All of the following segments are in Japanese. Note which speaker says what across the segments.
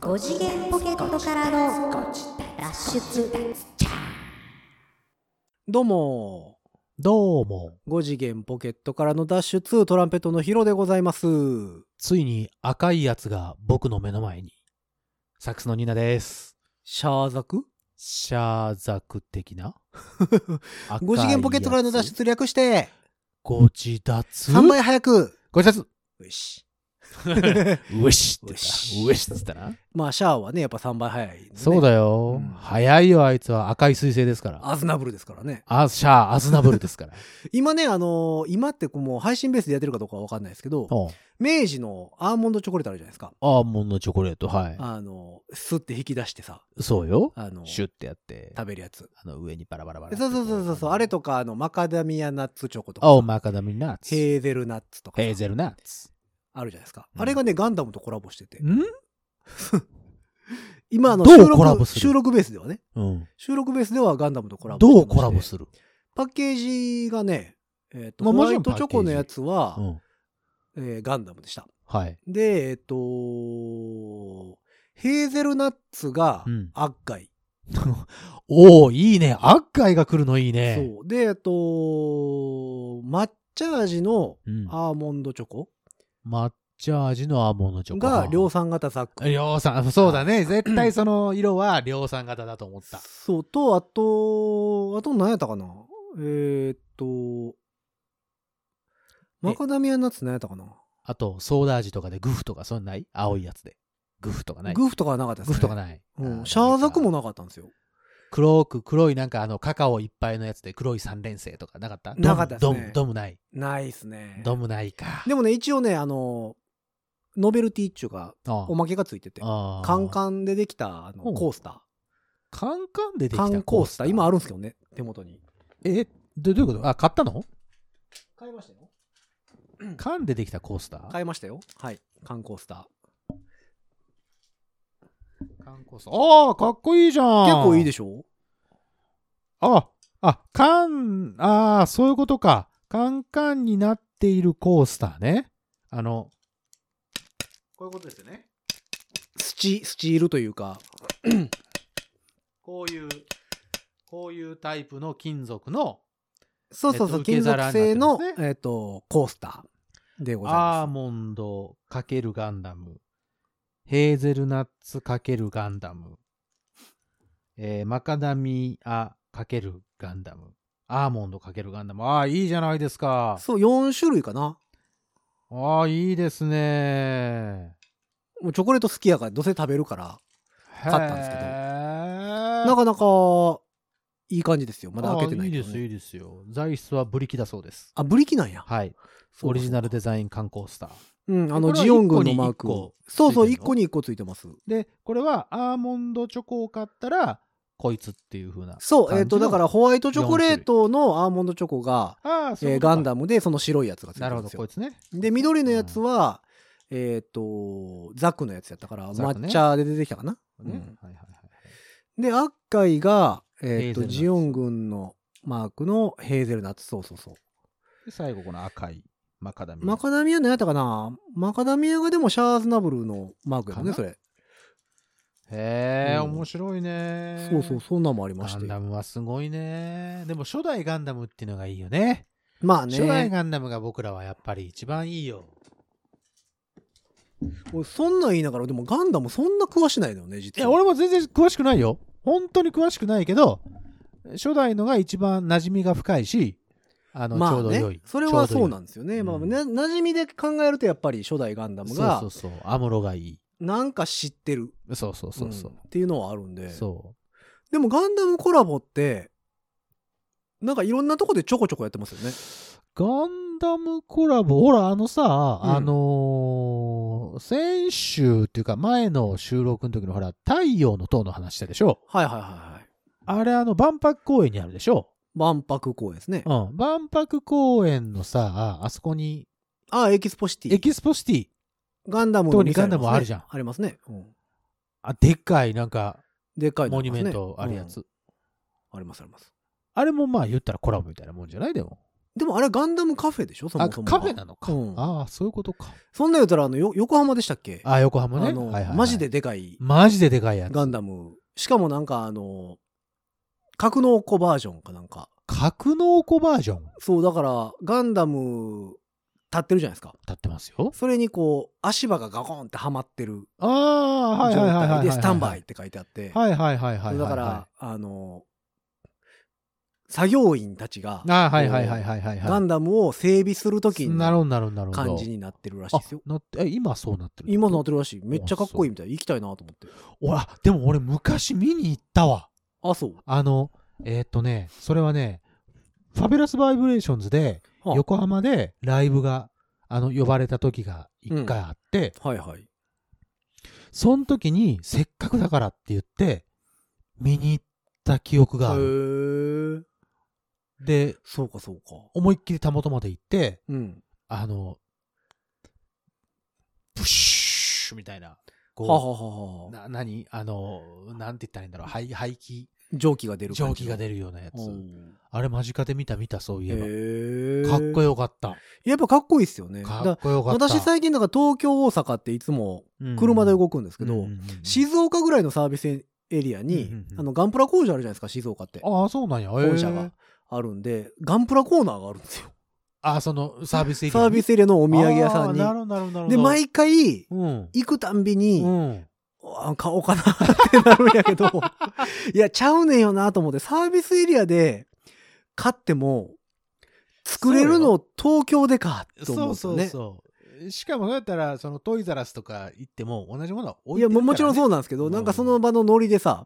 Speaker 1: 5次元ポケットからの脱出
Speaker 2: どうも
Speaker 3: どうも、
Speaker 2: 5次元ポケットからの脱出トランペットのヒロでございます
Speaker 3: ついに赤いやつが僕の目の前に。サックスのニーナです。
Speaker 2: シャーザク
Speaker 3: シャーザク的 な
Speaker 2: 5次元ポケットからの脱。出略して
Speaker 3: ご自脱
Speaker 2: 3倍早く
Speaker 3: ご自脱
Speaker 2: よし
Speaker 3: うえしっ
Speaker 2: う
Speaker 3: て
Speaker 2: え
Speaker 3: 言っ。
Speaker 2: した
Speaker 3: うえしって言ったな。
Speaker 2: まあシャアはねやっぱ3倍早い、ね、
Speaker 3: そうだ
Speaker 2: う
Speaker 3: よ。
Speaker 2: ん
Speaker 3: 早いよ、あいつは赤い彗星ですから。
Speaker 2: アズナブルですからね
Speaker 3: あ、シャー、アズナブルですから。
Speaker 2: 今ねあのー今ってこうもう配信ベースでやってるかどうかは分かんないですけど
Speaker 3: おう
Speaker 2: 明治のアーモンドチョコレートあるじゃないですか
Speaker 3: アーモンドチョコレート、は
Speaker 2: あのースッて引き出してさ
Speaker 3: い。そうよ。
Speaker 2: あのー
Speaker 3: シュッてやって、
Speaker 2: 食べるやつ
Speaker 3: あの上にバラバラバラって
Speaker 2: そ
Speaker 3: こ。
Speaker 2: うそうそうそうそうあれとかあのマカダミアナッツチョコとかさ
Speaker 3: おう。マカダミナッツ。ヘ
Speaker 2: ヘーゼルナッツとかさ
Speaker 3: ーゼルナッツ。
Speaker 2: あるじゃないですか。
Speaker 3: うん
Speaker 2: あれがね、ガンダムとコラボしてて。
Speaker 3: ん
Speaker 2: 今、あの、
Speaker 3: どう
Speaker 2: 収
Speaker 3: コラボ
Speaker 2: 録、
Speaker 3: する
Speaker 2: 収録ベースではね。
Speaker 3: うん。
Speaker 2: 収録ベースではガンダムとコラボしてま
Speaker 3: ど
Speaker 2: し
Speaker 3: う
Speaker 2: て
Speaker 3: コラボする
Speaker 2: パッケージがね、えっ、と、
Speaker 3: まあ
Speaker 2: ホ
Speaker 3: も
Speaker 2: ワ
Speaker 3: ちろ
Speaker 2: イ
Speaker 3: ん
Speaker 2: トチョコのやつは、
Speaker 3: うん。
Speaker 2: えーガンダムでした。
Speaker 3: はい。
Speaker 2: で、えっ、とヘーゼルナッツが
Speaker 3: うん
Speaker 2: アッガイ。
Speaker 3: おおいいね。赤貝が来るのいいね。
Speaker 2: そう。で、えっ、と抹茶味の
Speaker 3: うん
Speaker 2: アーモンドチョコ
Speaker 3: 抹茶味のアーモンドチョコ。
Speaker 2: が量産型ザック。
Speaker 3: 量産。そうだね。絶対その色は量産型だと思った。
Speaker 2: そうと、あと、あと何やったかなえーっと、マカダミアナッツ何やったかな
Speaker 3: あと、ソーダ味とかでグフとかそんなんない青いやつで。グフとかない。
Speaker 2: グフとかはなかったです
Speaker 3: グ
Speaker 2: ね。
Speaker 3: フとかない。
Speaker 2: うん、シャーザクも
Speaker 3: な。
Speaker 2: なかったんですよ。
Speaker 3: 黒く、黒いなんかあの、カカオいっぱいのやつで黒い三連星とかなかった
Speaker 2: なかったです
Speaker 3: ド
Speaker 2: ね
Speaker 3: ム、ドムドムない。
Speaker 2: ないですね。
Speaker 3: ドムないか。
Speaker 2: でもね、一応ね、あの、ノベルティっていうか、
Speaker 3: あ
Speaker 2: おまけがついてて、
Speaker 3: あ
Speaker 2: カンカンでできたあの
Speaker 3: うん
Speaker 2: コースタ
Speaker 3: カンカンでで
Speaker 2: ー。
Speaker 3: きた
Speaker 2: カンコースター。今あるんですけどね、手元に。
Speaker 3: えどどういうことあ買ったの
Speaker 2: 買いましたよ。
Speaker 3: 缶でできたコースター
Speaker 2: 買いましたよ。はい。カンコースタ
Speaker 3: 缶コースターああかっこいいじゃん
Speaker 2: ー。結構いいで
Speaker 3: し
Speaker 2: しょ
Speaker 3: ょああ缶ああそういうことか缶缶になっているコースターねあのこういうことですよね
Speaker 2: スチ、スチールというか、
Speaker 3: こういうこういうタイプの金属の
Speaker 2: そうそうそう、
Speaker 3: え
Speaker 2: 金
Speaker 3: っと受け
Speaker 2: 属
Speaker 3: 皿になって
Speaker 2: 製の、
Speaker 3: ますね
Speaker 2: えっ、と、コースターでござい
Speaker 3: ア
Speaker 2: ま
Speaker 3: ーモンド×ガンダムヘーゼルナッツ×ガンダム、えーマカダミア×ガンダムアーモンド×ガンダムああいいじゃないですか
Speaker 2: す。そう、4種類かな。
Speaker 3: ああいいですね
Speaker 2: もうチョコレート好きやから、どうせ食べるから、買ったんですけど
Speaker 3: へー
Speaker 2: なかなか、いい感じですよ。まだ開けてない
Speaker 3: あー
Speaker 2: け
Speaker 3: いい
Speaker 2: ど、
Speaker 3: で
Speaker 2: ね。
Speaker 3: すいいですよ材質はブリキだそうです
Speaker 2: あ、ブリキなんや。
Speaker 3: はい
Speaker 2: そうか
Speaker 3: オリジナル。デザイン観光スター
Speaker 2: うん、あの、
Speaker 3: これは
Speaker 2: ジオン軍のマー
Speaker 3: 一個に一
Speaker 2: ク
Speaker 3: 個。
Speaker 2: そうそう、
Speaker 3: ついて
Speaker 2: 1
Speaker 3: んの
Speaker 2: 個に1個ついてます。
Speaker 3: でこれはアーモンドチョコを買ったらこいつっていう風な
Speaker 2: そう、えっ、と、だから、ホワイトチョコレートのアーモンドチョコが、
Speaker 3: ああ、そうい
Speaker 2: え
Speaker 3: う
Speaker 2: ー
Speaker 3: こと
Speaker 2: ガ
Speaker 3: か
Speaker 2: ンダムで、その白いやつがついて
Speaker 3: なる
Speaker 2: るん
Speaker 3: ほ
Speaker 2: で
Speaker 3: ど、
Speaker 2: す
Speaker 3: こ
Speaker 2: よ
Speaker 3: い。つね。
Speaker 2: で、緑のやつは、えっ、と、ザクのやつやったから、
Speaker 3: ザクね
Speaker 2: 抹茶で出てきたかな。うん
Speaker 3: ねはいはいはい
Speaker 2: で、アッカイが、えっ、
Speaker 3: ヘーゼル
Speaker 2: と、
Speaker 3: ナッツ
Speaker 2: ジオン軍のマークのヘーゼルナッツ、そうそうそう。
Speaker 3: で最後、この赤いマカダミア。
Speaker 2: マカダミア何やったかなマカダミアがでもシャーズナブルのマークやもんね、そ
Speaker 3: か
Speaker 2: れ。
Speaker 3: へえ、
Speaker 2: うん
Speaker 3: 面白いね。
Speaker 2: そうそう、そんなんもありま
Speaker 3: ガ
Speaker 2: し
Speaker 3: ン
Speaker 2: て。
Speaker 3: ダムはすごいね。でも、初代ガンダムっていうのがいいよね。
Speaker 2: まあ
Speaker 3: 初代
Speaker 2: ね、
Speaker 3: ガンダムが僕らはやっぱり一番いいよ。
Speaker 2: 俺そんなん言いながら、でもガンダムそんな詳しないのよね、
Speaker 3: い
Speaker 2: 実
Speaker 3: や、
Speaker 2: は。
Speaker 3: 俺も全然詳しくないよ。本当に詳しくないけど、初代のが一番馴染みが深いし、あの、
Speaker 2: ま
Speaker 3: ちょ
Speaker 2: あ
Speaker 3: うど良
Speaker 2: ね
Speaker 3: い。、
Speaker 2: それはそうなんんですよね。
Speaker 3: うん
Speaker 2: まあ、な馴染みで考えると、やっぱり初代ガンダムが
Speaker 3: そう、そうそう、アムロがいい。
Speaker 2: なんか知ってる。
Speaker 3: そうそうそうそう
Speaker 2: うん。っていうのはあるんで。
Speaker 3: そう。
Speaker 2: でもガンダムコラボって、なんかいろんなとこでちょこちょこやってますよね。
Speaker 3: ガンダムコラボ、ほら、あのさ、
Speaker 2: うん
Speaker 3: あのー先週っていうか前の収録の時のほら、太陽の塔の話したでしょ
Speaker 2: はいはいはいはい。
Speaker 3: あれ、あの、万博公園にあるでしょ
Speaker 2: 万博公園ですね。
Speaker 3: うん。万博公園のさ、あそこに、
Speaker 2: あ、エキスポシティ。
Speaker 3: エキスポシティ、
Speaker 2: ガンダムの
Speaker 3: 特に
Speaker 2: ミサイルですね
Speaker 3: ガンダムあるじゃん
Speaker 2: ありますね。うん
Speaker 3: あ、でっかい、なんか、
Speaker 2: でっかいの
Speaker 3: モ
Speaker 2: あり
Speaker 3: ニュ
Speaker 2: ますね
Speaker 3: メントあるやつ。
Speaker 2: うんありますあります。
Speaker 3: あれもまあ言ったらコラボみたいなもんじゃないでも。
Speaker 2: でもあれガンダムカフェでしょそ
Speaker 3: あ、
Speaker 2: もそもが
Speaker 3: カフェなのか。
Speaker 2: うん
Speaker 3: ああ、そういうことか。
Speaker 2: そんなん言うたらあのよ横浜でしたっけ
Speaker 3: あ、横浜ね。
Speaker 2: あの、
Speaker 3: はいはいはい
Speaker 2: マジで。でかい
Speaker 3: マジででかいやつ。
Speaker 2: ガンダムしかもなんかあの格納庫バージョンかなんか
Speaker 3: 格納庫バージョン
Speaker 2: そうだからガンダム立ってるじゃないですか
Speaker 3: 立ってますよ。
Speaker 2: それにこう足場がガコンってはまってる
Speaker 3: ああ、
Speaker 2: 状
Speaker 3: はいはいはいはいは
Speaker 2: 態
Speaker 3: い。
Speaker 2: でスタンバイっ。て書いてあって
Speaker 3: はいはいはいはいはい。
Speaker 2: だから、あの、作業員たちが、
Speaker 3: ああ、はいはいはいはいはいはい。
Speaker 2: ガンダムを整備するとき
Speaker 3: なるほ
Speaker 2: の
Speaker 3: どなるほどなるほ
Speaker 2: 感
Speaker 3: ど。
Speaker 2: じになってるらしい
Speaker 3: あ
Speaker 2: ですよ。
Speaker 3: なってえ今そうなってる
Speaker 2: 今なってるらしい。めっちゃかっこいい
Speaker 3: あ
Speaker 2: みたい。行きたいなと思って。
Speaker 3: おあでも俺昔見に行ったわ
Speaker 2: あ、そう。
Speaker 3: あのえーっとねそれはねファビュラスバイブレーションズで
Speaker 2: はあ
Speaker 3: 横浜でライブがあの呼ばれた時が一回あって、
Speaker 2: はいはい。
Speaker 3: その時にせっかくだからって言って見に行った記憶がある
Speaker 2: へえ。
Speaker 3: で
Speaker 2: そうかそうか。
Speaker 3: 思いっきりたもとまで行って
Speaker 2: うん。
Speaker 3: あのプシューみたいなこう
Speaker 2: はあはあはあはあ。
Speaker 3: な何あのなんて言ったらいいんだろう排排気
Speaker 2: 蒸気が出る
Speaker 3: 蒸気が
Speaker 2: る
Speaker 3: 出るようなやつ
Speaker 2: や
Speaker 3: あれ間近で見た見たそうい
Speaker 2: へ
Speaker 3: え
Speaker 2: え。
Speaker 3: ばかっこよかった
Speaker 2: やっぱかっこいいっすよね。
Speaker 3: かっ
Speaker 2: だ
Speaker 3: こよかった
Speaker 2: 私最近だから東京大阪っていつも
Speaker 3: 近
Speaker 2: 車で
Speaker 3: く
Speaker 2: 動くんですけど、静岡ぐらいのサービスエリアに、
Speaker 3: うんうんうん
Speaker 2: あのガンプラ工場あるじゃないですか静岡って
Speaker 3: ああそうなんや
Speaker 2: 本社があるんでガンプラコーナーがあるんですよ
Speaker 3: ああそのサービスエリア
Speaker 2: サービ
Speaker 3: ス
Speaker 2: スエリアのお土産屋さん
Speaker 3: なるほ
Speaker 2: に
Speaker 3: どなるほどなるほど
Speaker 2: で毎回
Speaker 3: うん
Speaker 2: 行くたんびに、
Speaker 3: うん
Speaker 2: あ買おうかなってなるんやけ どいやちゃうねんよなと思ってサービスエリアで買っても作れるの東京でかと思うん
Speaker 3: そう
Speaker 2: ですよ
Speaker 3: そ
Speaker 2: ね
Speaker 3: うそうしかもそうやったらそのトイザラスとか行っても同じものは置い
Speaker 2: いや
Speaker 3: てる
Speaker 2: も
Speaker 3: からね
Speaker 2: もちろんそううなんですけど、
Speaker 3: うん
Speaker 2: なんかその場のノリでさ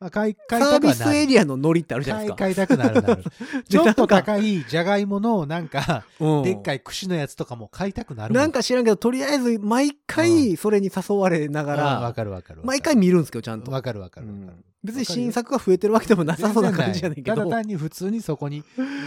Speaker 3: まあ買い買い
Speaker 2: サー
Speaker 3: たく
Speaker 2: ビ
Speaker 3: は
Speaker 2: ス
Speaker 3: な
Speaker 2: エ
Speaker 3: る
Speaker 2: リアのノリってあるじゃない
Speaker 3: 買
Speaker 2: です
Speaker 3: い
Speaker 2: か。
Speaker 3: 買いたくなるなる ちょっと高いじゃがいものなんか
Speaker 2: うん
Speaker 3: でっかい串のやつとかも買いたくなるも
Speaker 2: なんか知らんけど、とりあえず毎回それに誘われなが
Speaker 3: うん
Speaker 2: ら、
Speaker 3: わかるわかるわかる
Speaker 2: 毎回見るんですけど、ちゃんと。
Speaker 3: わかるわか
Speaker 2: う
Speaker 3: るわかる
Speaker 2: ん別に新作が増えてるわけでもなさそうな感じやねんけ
Speaker 3: ただ
Speaker 2: ど。
Speaker 3: 単に普通にそこに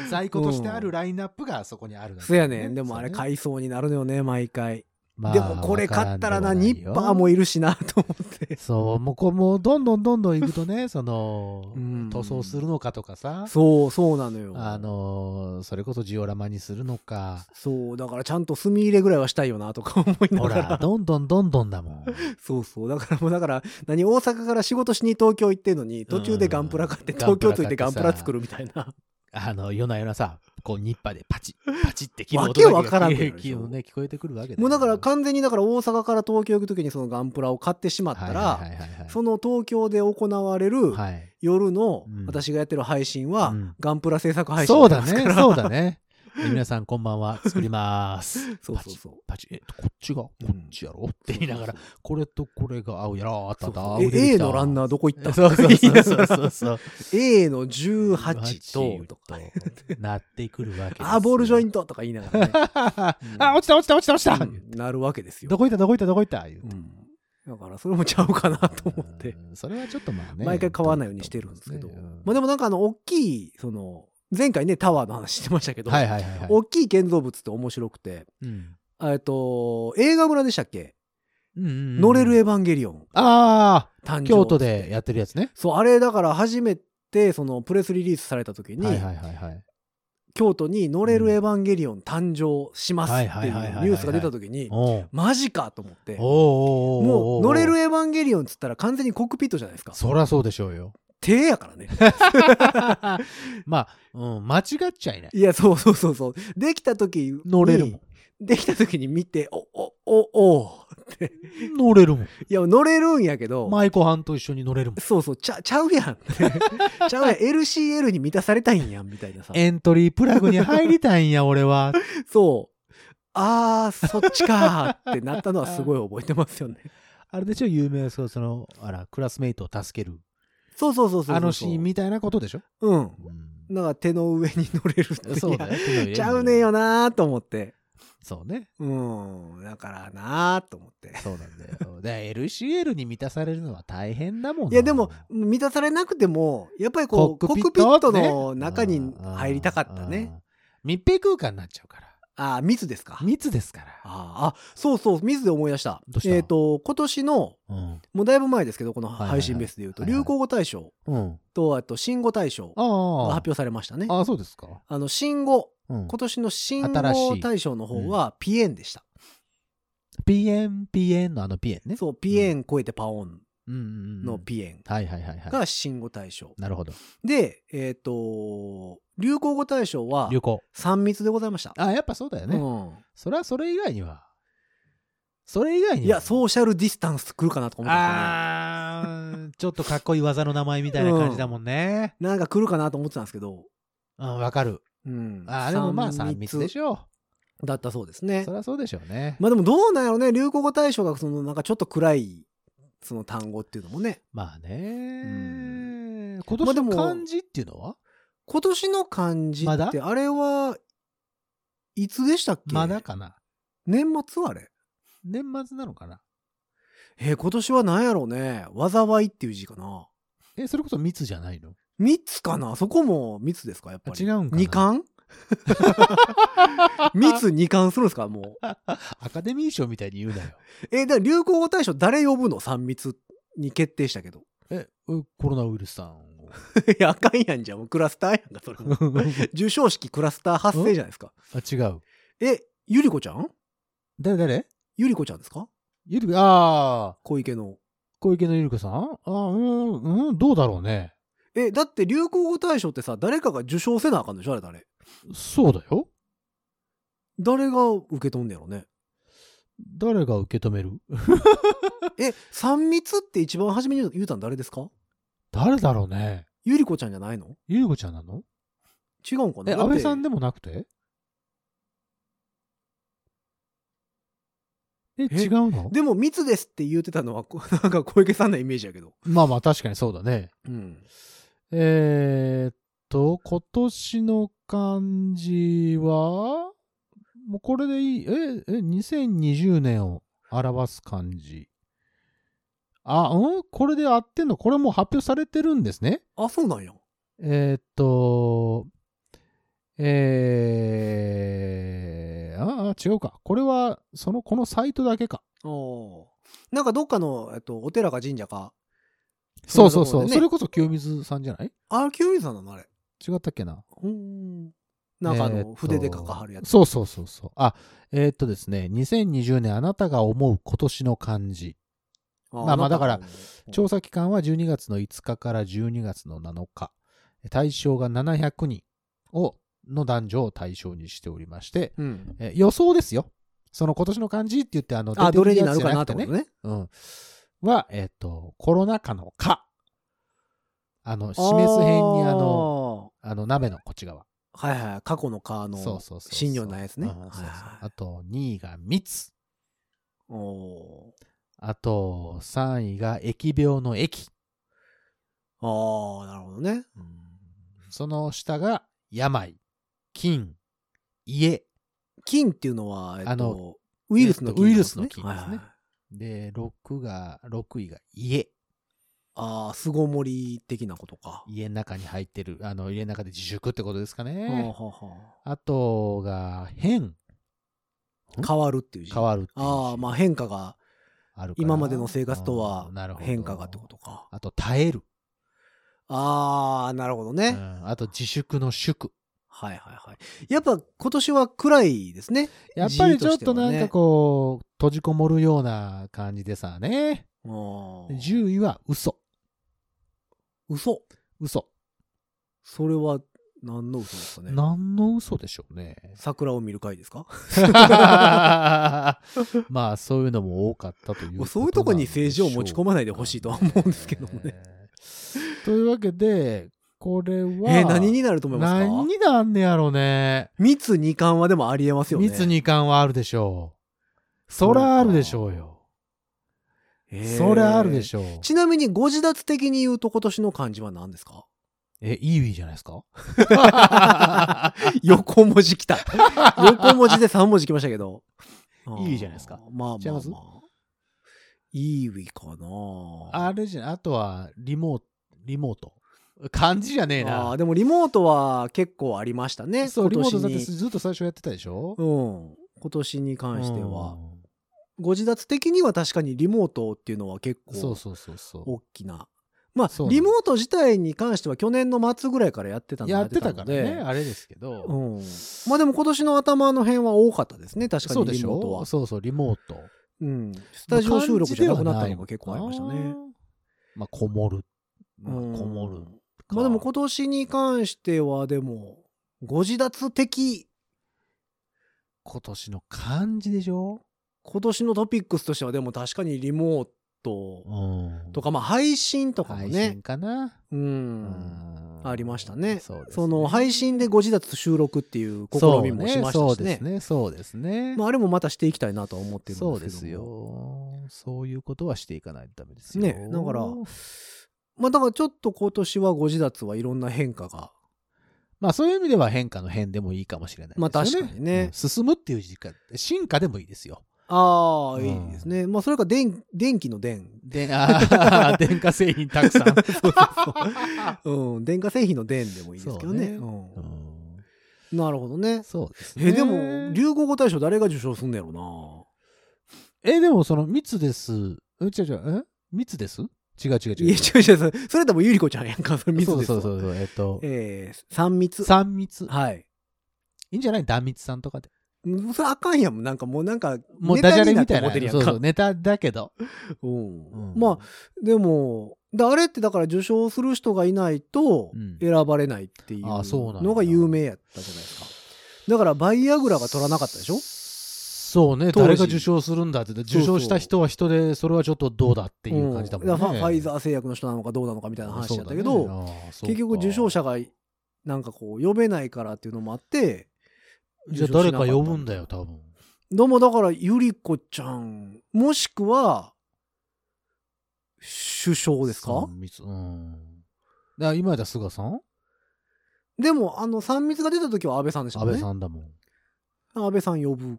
Speaker 3: 在庫としてあるラインナップがそこにあるだけ
Speaker 2: そうやねん。でもあれ
Speaker 3: そうね
Speaker 2: 買いそうになるのよね、毎回。
Speaker 3: まあ
Speaker 2: でもこれ買ったらな、
Speaker 3: わからん
Speaker 2: ニ
Speaker 3: で
Speaker 2: ッ
Speaker 3: は
Speaker 2: パー
Speaker 3: ないよ
Speaker 2: もいるしな、と思 って。
Speaker 3: そうもうこうもうどんどんどんどん行くとね その
Speaker 2: うん
Speaker 3: 塗装するのかとかさ
Speaker 2: そう、そうなのよ。
Speaker 3: あのーそれこそジオラマにする のか
Speaker 2: そう、だからちゃんと墨入れぐらいはしたいよな、とか思いな
Speaker 3: ほ
Speaker 2: が
Speaker 3: ら
Speaker 2: ら。
Speaker 3: どんどんどんどんだもん
Speaker 2: そうそう。だからもう、だから、何、大阪から仕事しに東京行ってんのに、途中でガンプラ買って、
Speaker 3: うん
Speaker 2: 東京着いて
Speaker 3: ガ
Speaker 2: ガ
Speaker 3: ン
Speaker 2: ン
Speaker 3: プ
Speaker 2: プ
Speaker 3: ラ買ってさ
Speaker 2: ラ作るみたいな。
Speaker 3: あの夜な夜なさこうニッパーでパチッパチッって切る
Speaker 2: わけわ
Speaker 3: 音だ
Speaker 2: からん
Speaker 3: け
Speaker 2: の
Speaker 3: が
Speaker 2: よ
Speaker 3: 聞こえね 聞こえてくるわけ
Speaker 2: もうだから
Speaker 3: か
Speaker 2: 完全にだから大阪から東京行く時にそのガンプラを買ってしまったらその東京で行われる
Speaker 3: はい
Speaker 2: 夜の
Speaker 3: うん
Speaker 2: 私がやってる配信
Speaker 3: う
Speaker 2: は
Speaker 3: ん
Speaker 2: ガンプラ制作配信
Speaker 3: そう
Speaker 2: にな
Speaker 3: だ
Speaker 2: りま
Speaker 3: ね
Speaker 2: すから、
Speaker 3: そうだ ね。え皆さんこんばんは、作ります。
Speaker 2: そうそうそう
Speaker 3: パチパチえっと、こっちが、こっちやろって言いながら、これとこれが合うやろ、あった
Speaker 2: そう
Speaker 3: あった
Speaker 2: そ
Speaker 3: 合
Speaker 2: う
Speaker 3: うで
Speaker 2: え
Speaker 3: き
Speaker 2: A
Speaker 3: た
Speaker 2: のランナーどこ行った
Speaker 3: そうそうそうそうそう
Speaker 2: A の18とと か
Speaker 3: なってくるわけですよ
Speaker 2: あボールジョイントとか言いながらねうん
Speaker 3: あ、落ちた落ちた落ちた落ちた、
Speaker 2: うんなるわけですよ
Speaker 3: ど、こ行ったどこ行ったどこ行った言う
Speaker 2: う
Speaker 3: て
Speaker 2: んだからそれもちゃうかなと思って
Speaker 3: うんそれはちょっとまあね。
Speaker 2: 毎回買わないようにしてるんですけど
Speaker 3: う
Speaker 2: まあでもなんかあの大きいその前回ねタワーの話してましたけど
Speaker 3: はいはいはいはい。
Speaker 2: 大きい建造物って面白くて
Speaker 3: うん
Speaker 2: えっと映画村でしたっけ
Speaker 3: うんうんうん
Speaker 2: 乗れるエヴァンゲリオン
Speaker 3: ああ、
Speaker 2: 誕生
Speaker 3: 京都でやってるやつね。
Speaker 2: そうあれだから初めてそのプレスリリースされた時に、
Speaker 3: はいはいはいはい。
Speaker 2: 京都に「乗れるエヴァンゲリオン誕生します」っていう
Speaker 3: はいはいはいはいはい
Speaker 2: ニュースが出た時に
Speaker 3: おう
Speaker 2: マジかと思って
Speaker 3: おうおうおうおうお
Speaker 2: も
Speaker 3: う
Speaker 2: う「乗 れるエヴァンゲリオン」っつったら完全にコックピットじゃないですか
Speaker 3: そりゃそうでしょうよ。
Speaker 2: 手やからね
Speaker 3: まあ、うん、間違っちゃいない。
Speaker 2: いやそうそうそうそうできた時に
Speaker 3: 乗れるもん。
Speaker 2: できた時に見て「おおおお」って
Speaker 3: 乗れるもん。
Speaker 2: いや乗れるんやけど
Speaker 3: 舞妓飯と一緒に乗れるもん。
Speaker 2: そうそう、ちゃちゃう やんって。ちゃうやん。LCL に満たされたいんやん、みたいなさ。
Speaker 3: エントリープラグに入りたいんや、俺は。
Speaker 2: そう。あー、そっちかーってなったのはすごい覚えてますよね。
Speaker 3: あれでしょ、有名な、そうその、あら、クラスメイトを助ける。
Speaker 2: そうそうそうそうそう。
Speaker 3: あのシーンみたいなことでしょ。
Speaker 2: うん。
Speaker 3: うん
Speaker 2: なんか手の上に乗れるって。
Speaker 3: そうだ
Speaker 2: いや
Speaker 3: よ。手の入れる
Speaker 2: ちゃうねんよ。なーと思って。
Speaker 3: そうね。
Speaker 2: うん。だからなーと思って。
Speaker 3: そうなんだよ。で、LCL に満たされるのは大変だもんな。
Speaker 2: いやでも満たされなくてもやっぱりこうコックピットの中に入りたかったね
Speaker 3: うん。密閉空間になっちゃうから。
Speaker 2: あー、水ですか。あー
Speaker 3: 密ですから。
Speaker 2: あ、そうそう、水で思い出した。
Speaker 3: どうした
Speaker 2: えっ、と、今年の、
Speaker 3: うん。
Speaker 2: もうだいぶ前ですけど、この
Speaker 3: はいはい
Speaker 2: 配信ベースで言うと、
Speaker 3: はいはい
Speaker 2: 流行語大賞
Speaker 3: うん。
Speaker 2: と、あと、新語大賞が
Speaker 3: ああ。
Speaker 2: 発表されましたね。
Speaker 3: ああ、そうですか。
Speaker 2: あの、新語、
Speaker 3: う
Speaker 2: 今
Speaker 3: ん。
Speaker 2: 年の新
Speaker 3: 新し
Speaker 2: 語
Speaker 3: い
Speaker 2: 大賞の方は、ピエンでした。
Speaker 3: ピエン、ピエンのあのピエンね。
Speaker 2: そう、ピエン超えてパオン
Speaker 3: うんうんうん。
Speaker 2: のピエン
Speaker 3: はいはいはいはい。
Speaker 2: が新語大賞。
Speaker 3: なるほど。
Speaker 2: で、えっ、と、流行語大賞は、
Speaker 3: 流行。
Speaker 2: 3密でございました。
Speaker 3: あやっぱそうだよね。
Speaker 2: う
Speaker 3: それはそれ以外には。それ以外に
Speaker 2: ん、
Speaker 3: は。
Speaker 2: いや、
Speaker 3: う。
Speaker 2: ソーシャルディスタンス来るかなとか思ったんですよね。
Speaker 3: あー、ちょっとかっこいい技の名前みたいな感じだもんね。
Speaker 2: なんか来るかなと思ってたんですけど、
Speaker 3: うん、わかる。
Speaker 2: うん。
Speaker 3: あーでもまあ3密でしょ
Speaker 2: ょだったそうです
Speaker 3: う。
Speaker 2: ね
Speaker 3: そ。りゃそうでしょうね。
Speaker 2: まあでもどうなんやろね、流行語大賞がそのなんかちょっと暗い、その単語っていうのもね。
Speaker 3: まあね。今
Speaker 2: まあ
Speaker 3: 年
Speaker 2: でも
Speaker 3: の漢字っていうのは
Speaker 2: 今年の漢字
Speaker 3: ま
Speaker 2: って、
Speaker 3: だ
Speaker 2: あれは、いつでしたっけ
Speaker 3: まだかな。
Speaker 2: 年末あれ
Speaker 3: 年末なのかな。
Speaker 2: えー今年は何やろうね。災いっていう字かな。
Speaker 3: え、それこそ密じゃないの
Speaker 2: 密かなそこも密ですかやっぱり。
Speaker 3: あ違うんかな
Speaker 2: 二 冠密二冠するんですかもう。
Speaker 3: アカデミー賞みたいに言うなよ。
Speaker 2: えー、だから流行語大賞誰呼ぶの三密に決定したけど。
Speaker 3: え、うコロナウイルスさんを。
Speaker 2: いや、あかんやんじゃん。もうクラスターやんか、それも。受賞式クラスター発生じゃないですか。
Speaker 3: あ、違う。
Speaker 2: え、ゆりこちゃん
Speaker 3: 誰誰
Speaker 2: ゆりこちゃんですか
Speaker 3: ゆりこ、ああ、
Speaker 2: 小池の。
Speaker 3: 小池のゆりこさんああ、うん、うん、どうだろうね。
Speaker 2: え、だって流行語大賞ってさ、誰かが受賞せなあかんでしょあれ誰。
Speaker 3: そうだよ。
Speaker 2: 誰が受け取んねやろね。
Speaker 3: 誰が受け止める
Speaker 2: え、三密って一番初めに言うたん誰ですか
Speaker 3: 誰だろうね。
Speaker 2: ゆりこちゃんじゃないの
Speaker 3: ゆりこちゃんなの
Speaker 2: 違うんかな
Speaker 3: え、安倍さん
Speaker 2: で
Speaker 3: でもなくてえ、
Speaker 2: え
Speaker 3: 違うの
Speaker 2: でも密ですって言うてたのは、 こなんか小池さんのイメージやけど。
Speaker 3: まあまあ確かにそうだね。
Speaker 2: うん。
Speaker 3: えー、っと、今年の漢字は、もうこれでいい。え、え、2020年を表す漢字。あ、うんこれで合ってんのこれもう発表されてるんですね。
Speaker 2: あ、そうなんや。
Speaker 3: えー、っと、えー、ああ、違うか。これは、その、このサイトだけか。
Speaker 2: おなんかどっかの、えっと、お寺か神社か。
Speaker 3: そ
Speaker 2: そうう
Speaker 3: そ
Speaker 2: そううそ
Speaker 3: そ
Speaker 2: う
Speaker 3: う。それこそ清水さんじゃない
Speaker 2: あ、清水さんなのあれ。
Speaker 3: 違ったっけな。
Speaker 2: うーん。なんかあの、
Speaker 3: えーっと
Speaker 2: 筆で書かはるやつ。
Speaker 3: そうそうそうそう。あ、えーっとですね、2020年あなたが思う今年の漢字。
Speaker 2: あ
Speaker 3: まあまあ
Speaker 2: なん
Speaker 3: だか調査期間は12月の5日から12月の7日。対象が700人を、の男女を対象にしておりまして、
Speaker 2: うん。
Speaker 3: えー予想ですよ。その今年の漢字って言って、あの、
Speaker 2: あ、
Speaker 3: 出
Speaker 2: ど
Speaker 3: て
Speaker 2: れに
Speaker 3: や
Speaker 2: な
Speaker 3: つ
Speaker 2: る
Speaker 3: じゃ
Speaker 2: かな
Speaker 3: く
Speaker 2: って
Speaker 3: て
Speaker 2: こ
Speaker 3: ね
Speaker 2: と。ね。
Speaker 3: うん。は、えっ、と、コロナ禍のか。あの、
Speaker 2: あー
Speaker 3: 示す辺にあの、。あの、鍋のこっち側。
Speaker 2: はいはい。過去の蚊の。
Speaker 3: そうそうそう。
Speaker 2: 信用のやつね。
Speaker 3: う
Speaker 2: は
Speaker 3: ん
Speaker 2: い
Speaker 3: そうそう
Speaker 2: は
Speaker 3: あと、2位が密。
Speaker 2: い。お
Speaker 3: あと、3位が疫病の
Speaker 2: ー
Speaker 3: 疫。
Speaker 2: あー、なるほどね。
Speaker 3: その下が病、菌、家。
Speaker 2: 菌っていうのは、えっと、
Speaker 3: あの
Speaker 2: ウイルスの菌、
Speaker 3: ウイルスの菌
Speaker 2: はいはい
Speaker 3: ですねで、6が、6位が家。
Speaker 2: ああ、巣ごもり的なことか。
Speaker 3: 家の中に入ってる、あの、家の中で自粛ってことですか
Speaker 2: はあ
Speaker 3: ね。
Speaker 2: はあは
Speaker 3: あとが、変、
Speaker 2: あ変わるっていう字。
Speaker 3: 変わるっていう字
Speaker 2: ああ、まあ変化が、
Speaker 3: あるから
Speaker 2: 今までの生活と
Speaker 3: あ
Speaker 2: は
Speaker 3: ーなるほど
Speaker 2: 変化がってことか。
Speaker 3: あと、耐える。
Speaker 2: ああ、なるほどね。
Speaker 3: うんあと、自粛の宿。
Speaker 2: はいはいはい。やっぱ今年は暗いですね。
Speaker 3: やっぱりちょっとなんかこう、閉じこもるような感じでさね。
Speaker 2: うん
Speaker 3: 10位は嘘。
Speaker 2: 嘘。
Speaker 3: 嘘。
Speaker 2: それは何の嘘ですかね。
Speaker 3: 何の嘘でしょ うね。
Speaker 2: 桜を見る会ですか
Speaker 3: まあ、そういうのも多かったという
Speaker 2: もうそういうとこに政治を持ち込
Speaker 3: む
Speaker 2: まないでほしいとは思うんですけどもね。。
Speaker 3: というわけで、これは、
Speaker 2: えー何になると思います
Speaker 3: 何
Speaker 2: か
Speaker 3: になんねやろうね。
Speaker 2: 密二冠はでもありえますよね。
Speaker 3: 密二冠はあるでしょう。そらあるでしょうよ。そりゃあるで
Speaker 2: ょ。
Speaker 3: しょう。
Speaker 2: ちなみにご自立的に言うと今年の漢字は何ですか
Speaker 3: え、いいウィじゃないで すか
Speaker 2: 横文字き た。横文字で3文字きましたけど。
Speaker 3: いいウィじゃないですか。
Speaker 2: まあ
Speaker 3: 違
Speaker 2: まあ、
Speaker 3: い
Speaker 2: ま
Speaker 3: ます
Speaker 2: あ。いいウィかな
Speaker 3: あれじゃん、あとは、リモート、リモート。漢字じゃねえ
Speaker 2: あ
Speaker 3: な
Speaker 2: ー。でもリモートは結構ありましたね。
Speaker 3: そう、リ
Speaker 2: 今
Speaker 3: モー
Speaker 2: 年
Speaker 3: トだって
Speaker 2: に
Speaker 3: ずっと最初やってたでしょ
Speaker 2: うん。今年に関しては。
Speaker 3: うん
Speaker 2: ご自立的には確かにリモートっていうのは結
Speaker 3: そう
Speaker 2: 構
Speaker 3: そうそうそ
Speaker 2: 大きな。まあ
Speaker 3: そう、なんです
Speaker 2: リモート自体に関しては去年の末ぐらいからやってた
Speaker 3: う。
Speaker 2: の
Speaker 3: やってたから
Speaker 2: やって
Speaker 3: ね、
Speaker 2: たので
Speaker 3: あれですけど。
Speaker 2: うん、まあでも今年の頭の辺は多かったですね確か
Speaker 3: そう
Speaker 2: に
Speaker 3: で
Speaker 2: リ
Speaker 3: し
Speaker 2: モート
Speaker 3: ょ
Speaker 2: は
Speaker 3: そうそう、リモート。
Speaker 2: う、ん、スタジオ収録じゃなくなったのが結構ありましたね。
Speaker 3: まあ、こもる。まあ、
Speaker 2: うん
Speaker 3: こもるか。
Speaker 2: まあでも今年に関してはでもご自立的
Speaker 3: 今年の漢字でしょ
Speaker 2: 今年のトピックスとしてはでも確かにリモート
Speaker 3: うん。
Speaker 2: とか、まあ、配信とかも
Speaker 3: 配
Speaker 2: ね
Speaker 3: 信かな。
Speaker 2: う、
Speaker 3: うんん
Speaker 2: ありましたね
Speaker 3: そうです
Speaker 2: その配信でご自立収録っていう試みもしました
Speaker 3: そう
Speaker 2: し
Speaker 3: で
Speaker 2: ね
Speaker 3: すね、そうですね。
Speaker 2: まあ、あれもまたしていきたいなとは思ってるんですけど
Speaker 3: そ
Speaker 2: も
Speaker 3: うですよ。そういうことはしていかないとダメですよ。
Speaker 2: ねだからまあだからちょっと今年はご自立はいろんな変化が
Speaker 3: まあそういう意味では変化の変でもいいかもしれないですよね。
Speaker 2: まあ確かにね
Speaker 3: うん進むっていう字か、進化でもいいですよ。
Speaker 2: ああ、
Speaker 3: うん
Speaker 2: いいですね。まあ、それか電、電気の電。
Speaker 3: で、あー電化製品たくさん。
Speaker 2: うん、電化製品の電でもいいですけどね。
Speaker 3: そううん
Speaker 2: ん、なるほどね。
Speaker 3: そうですね。
Speaker 2: え、でも、流行語大賞誰が受賞すんねやろな。
Speaker 3: え、でもその、密です。うん、違う違う、え密です違う違う違う。
Speaker 2: いや、違う違う、それそれ多分ゆりこちゃんやんか、それ密
Speaker 3: そう
Speaker 2: です
Speaker 3: そう
Speaker 2: う。
Speaker 3: そうそう。えっと、
Speaker 2: えー、三密。
Speaker 3: 三密。
Speaker 2: はい。
Speaker 3: いいんじゃない断密さんとかで。
Speaker 2: うんそれあかんやもん。なんかもうなんか、
Speaker 3: もうダジャレみたい
Speaker 2: ネ
Speaker 3: な。
Speaker 2: タになって
Speaker 3: そ
Speaker 2: 思って
Speaker 3: うそ
Speaker 2: るやん
Speaker 3: う、
Speaker 2: か。
Speaker 3: ネタだけど。
Speaker 2: うん
Speaker 3: う。ん
Speaker 2: まあ、でも、であれってだから受賞する人がいないと
Speaker 3: うん
Speaker 2: 選ばれないっていう
Speaker 3: あーそうなんだ
Speaker 2: のが有名やったじゃないですか。だからバイアグラが取らなかったでしょ
Speaker 3: そうね、
Speaker 2: 当時
Speaker 3: 誰が受賞するんだって言って、
Speaker 2: そう
Speaker 3: 受
Speaker 2: そう
Speaker 3: 賞した人は人で、それはちょっとどうだっていう感じだもんね。
Speaker 2: うからファファイザ
Speaker 3: ー
Speaker 2: ー製薬の人なのかどうなのかみたいな話だったけど、結局受賞者がなんかこう呼べないからっていうのもあって
Speaker 3: じゃあ
Speaker 2: 受賞
Speaker 3: 誰
Speaker 2: しな
Speaker 3: か
Speaker 2: った
Speaker 3: 呼ぶんだよ、多分。
Speaker 2: どうもだからゆりこちゃんもしくは首相ですか
Speaker 3: 三密うん。だから今だ菅さん
Speaker 2: でもあの3密が出た時は安倍さんでした
Speaker 3: 安
Speaker 2: もん
Speaker 3: 倍
Speaker 2: ね安
Speaker 3: さんだもん。
Speaker 2: 倍さん呼ぶ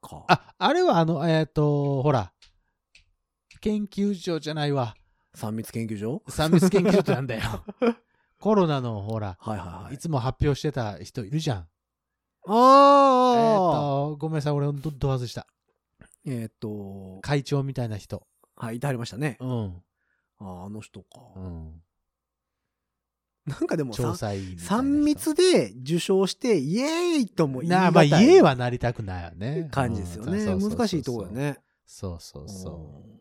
Speaker 2: か
Speaker 3: あ、あれはあの、えっ、と、ほら、研究所じゃないわ。
Speaker 2: 3密研究所
Speaker 3: 三密研究所ってなんだ よ。コロナの、ほら、
Speaker 2: はいはいはいい
Speaker 3: つも発表してた人いるじゃん。えっ、
Speaker 2: ああ
Speaker 3: と、ごめんなさい、俺、ど、ど外した。
Speaker 2: えっと
Speaker 3: 会長みたいな人。
Speaker 2: はいいてはりましたね
Speaker 3: うん。
Speaker 2: あーあの人か
Speaker 3: うん。
Speaker 2: なんかでもさ
Speaker 3: 調査員みたいな人
Speaker 2: 三密で受賞してイエーイとも言い
Speaker 3: なあ
Speaker 2: 難
Speaker 3: まあ
Speaker 2: い
Speaker 3: 家はなりたくないよね
Speaker 2: 感じですよね、
Speaker 3: うんそうそうそうそう
Speaker 2: 難しいところだね
Speaker 3: そうそうそ
Speaker 2: うん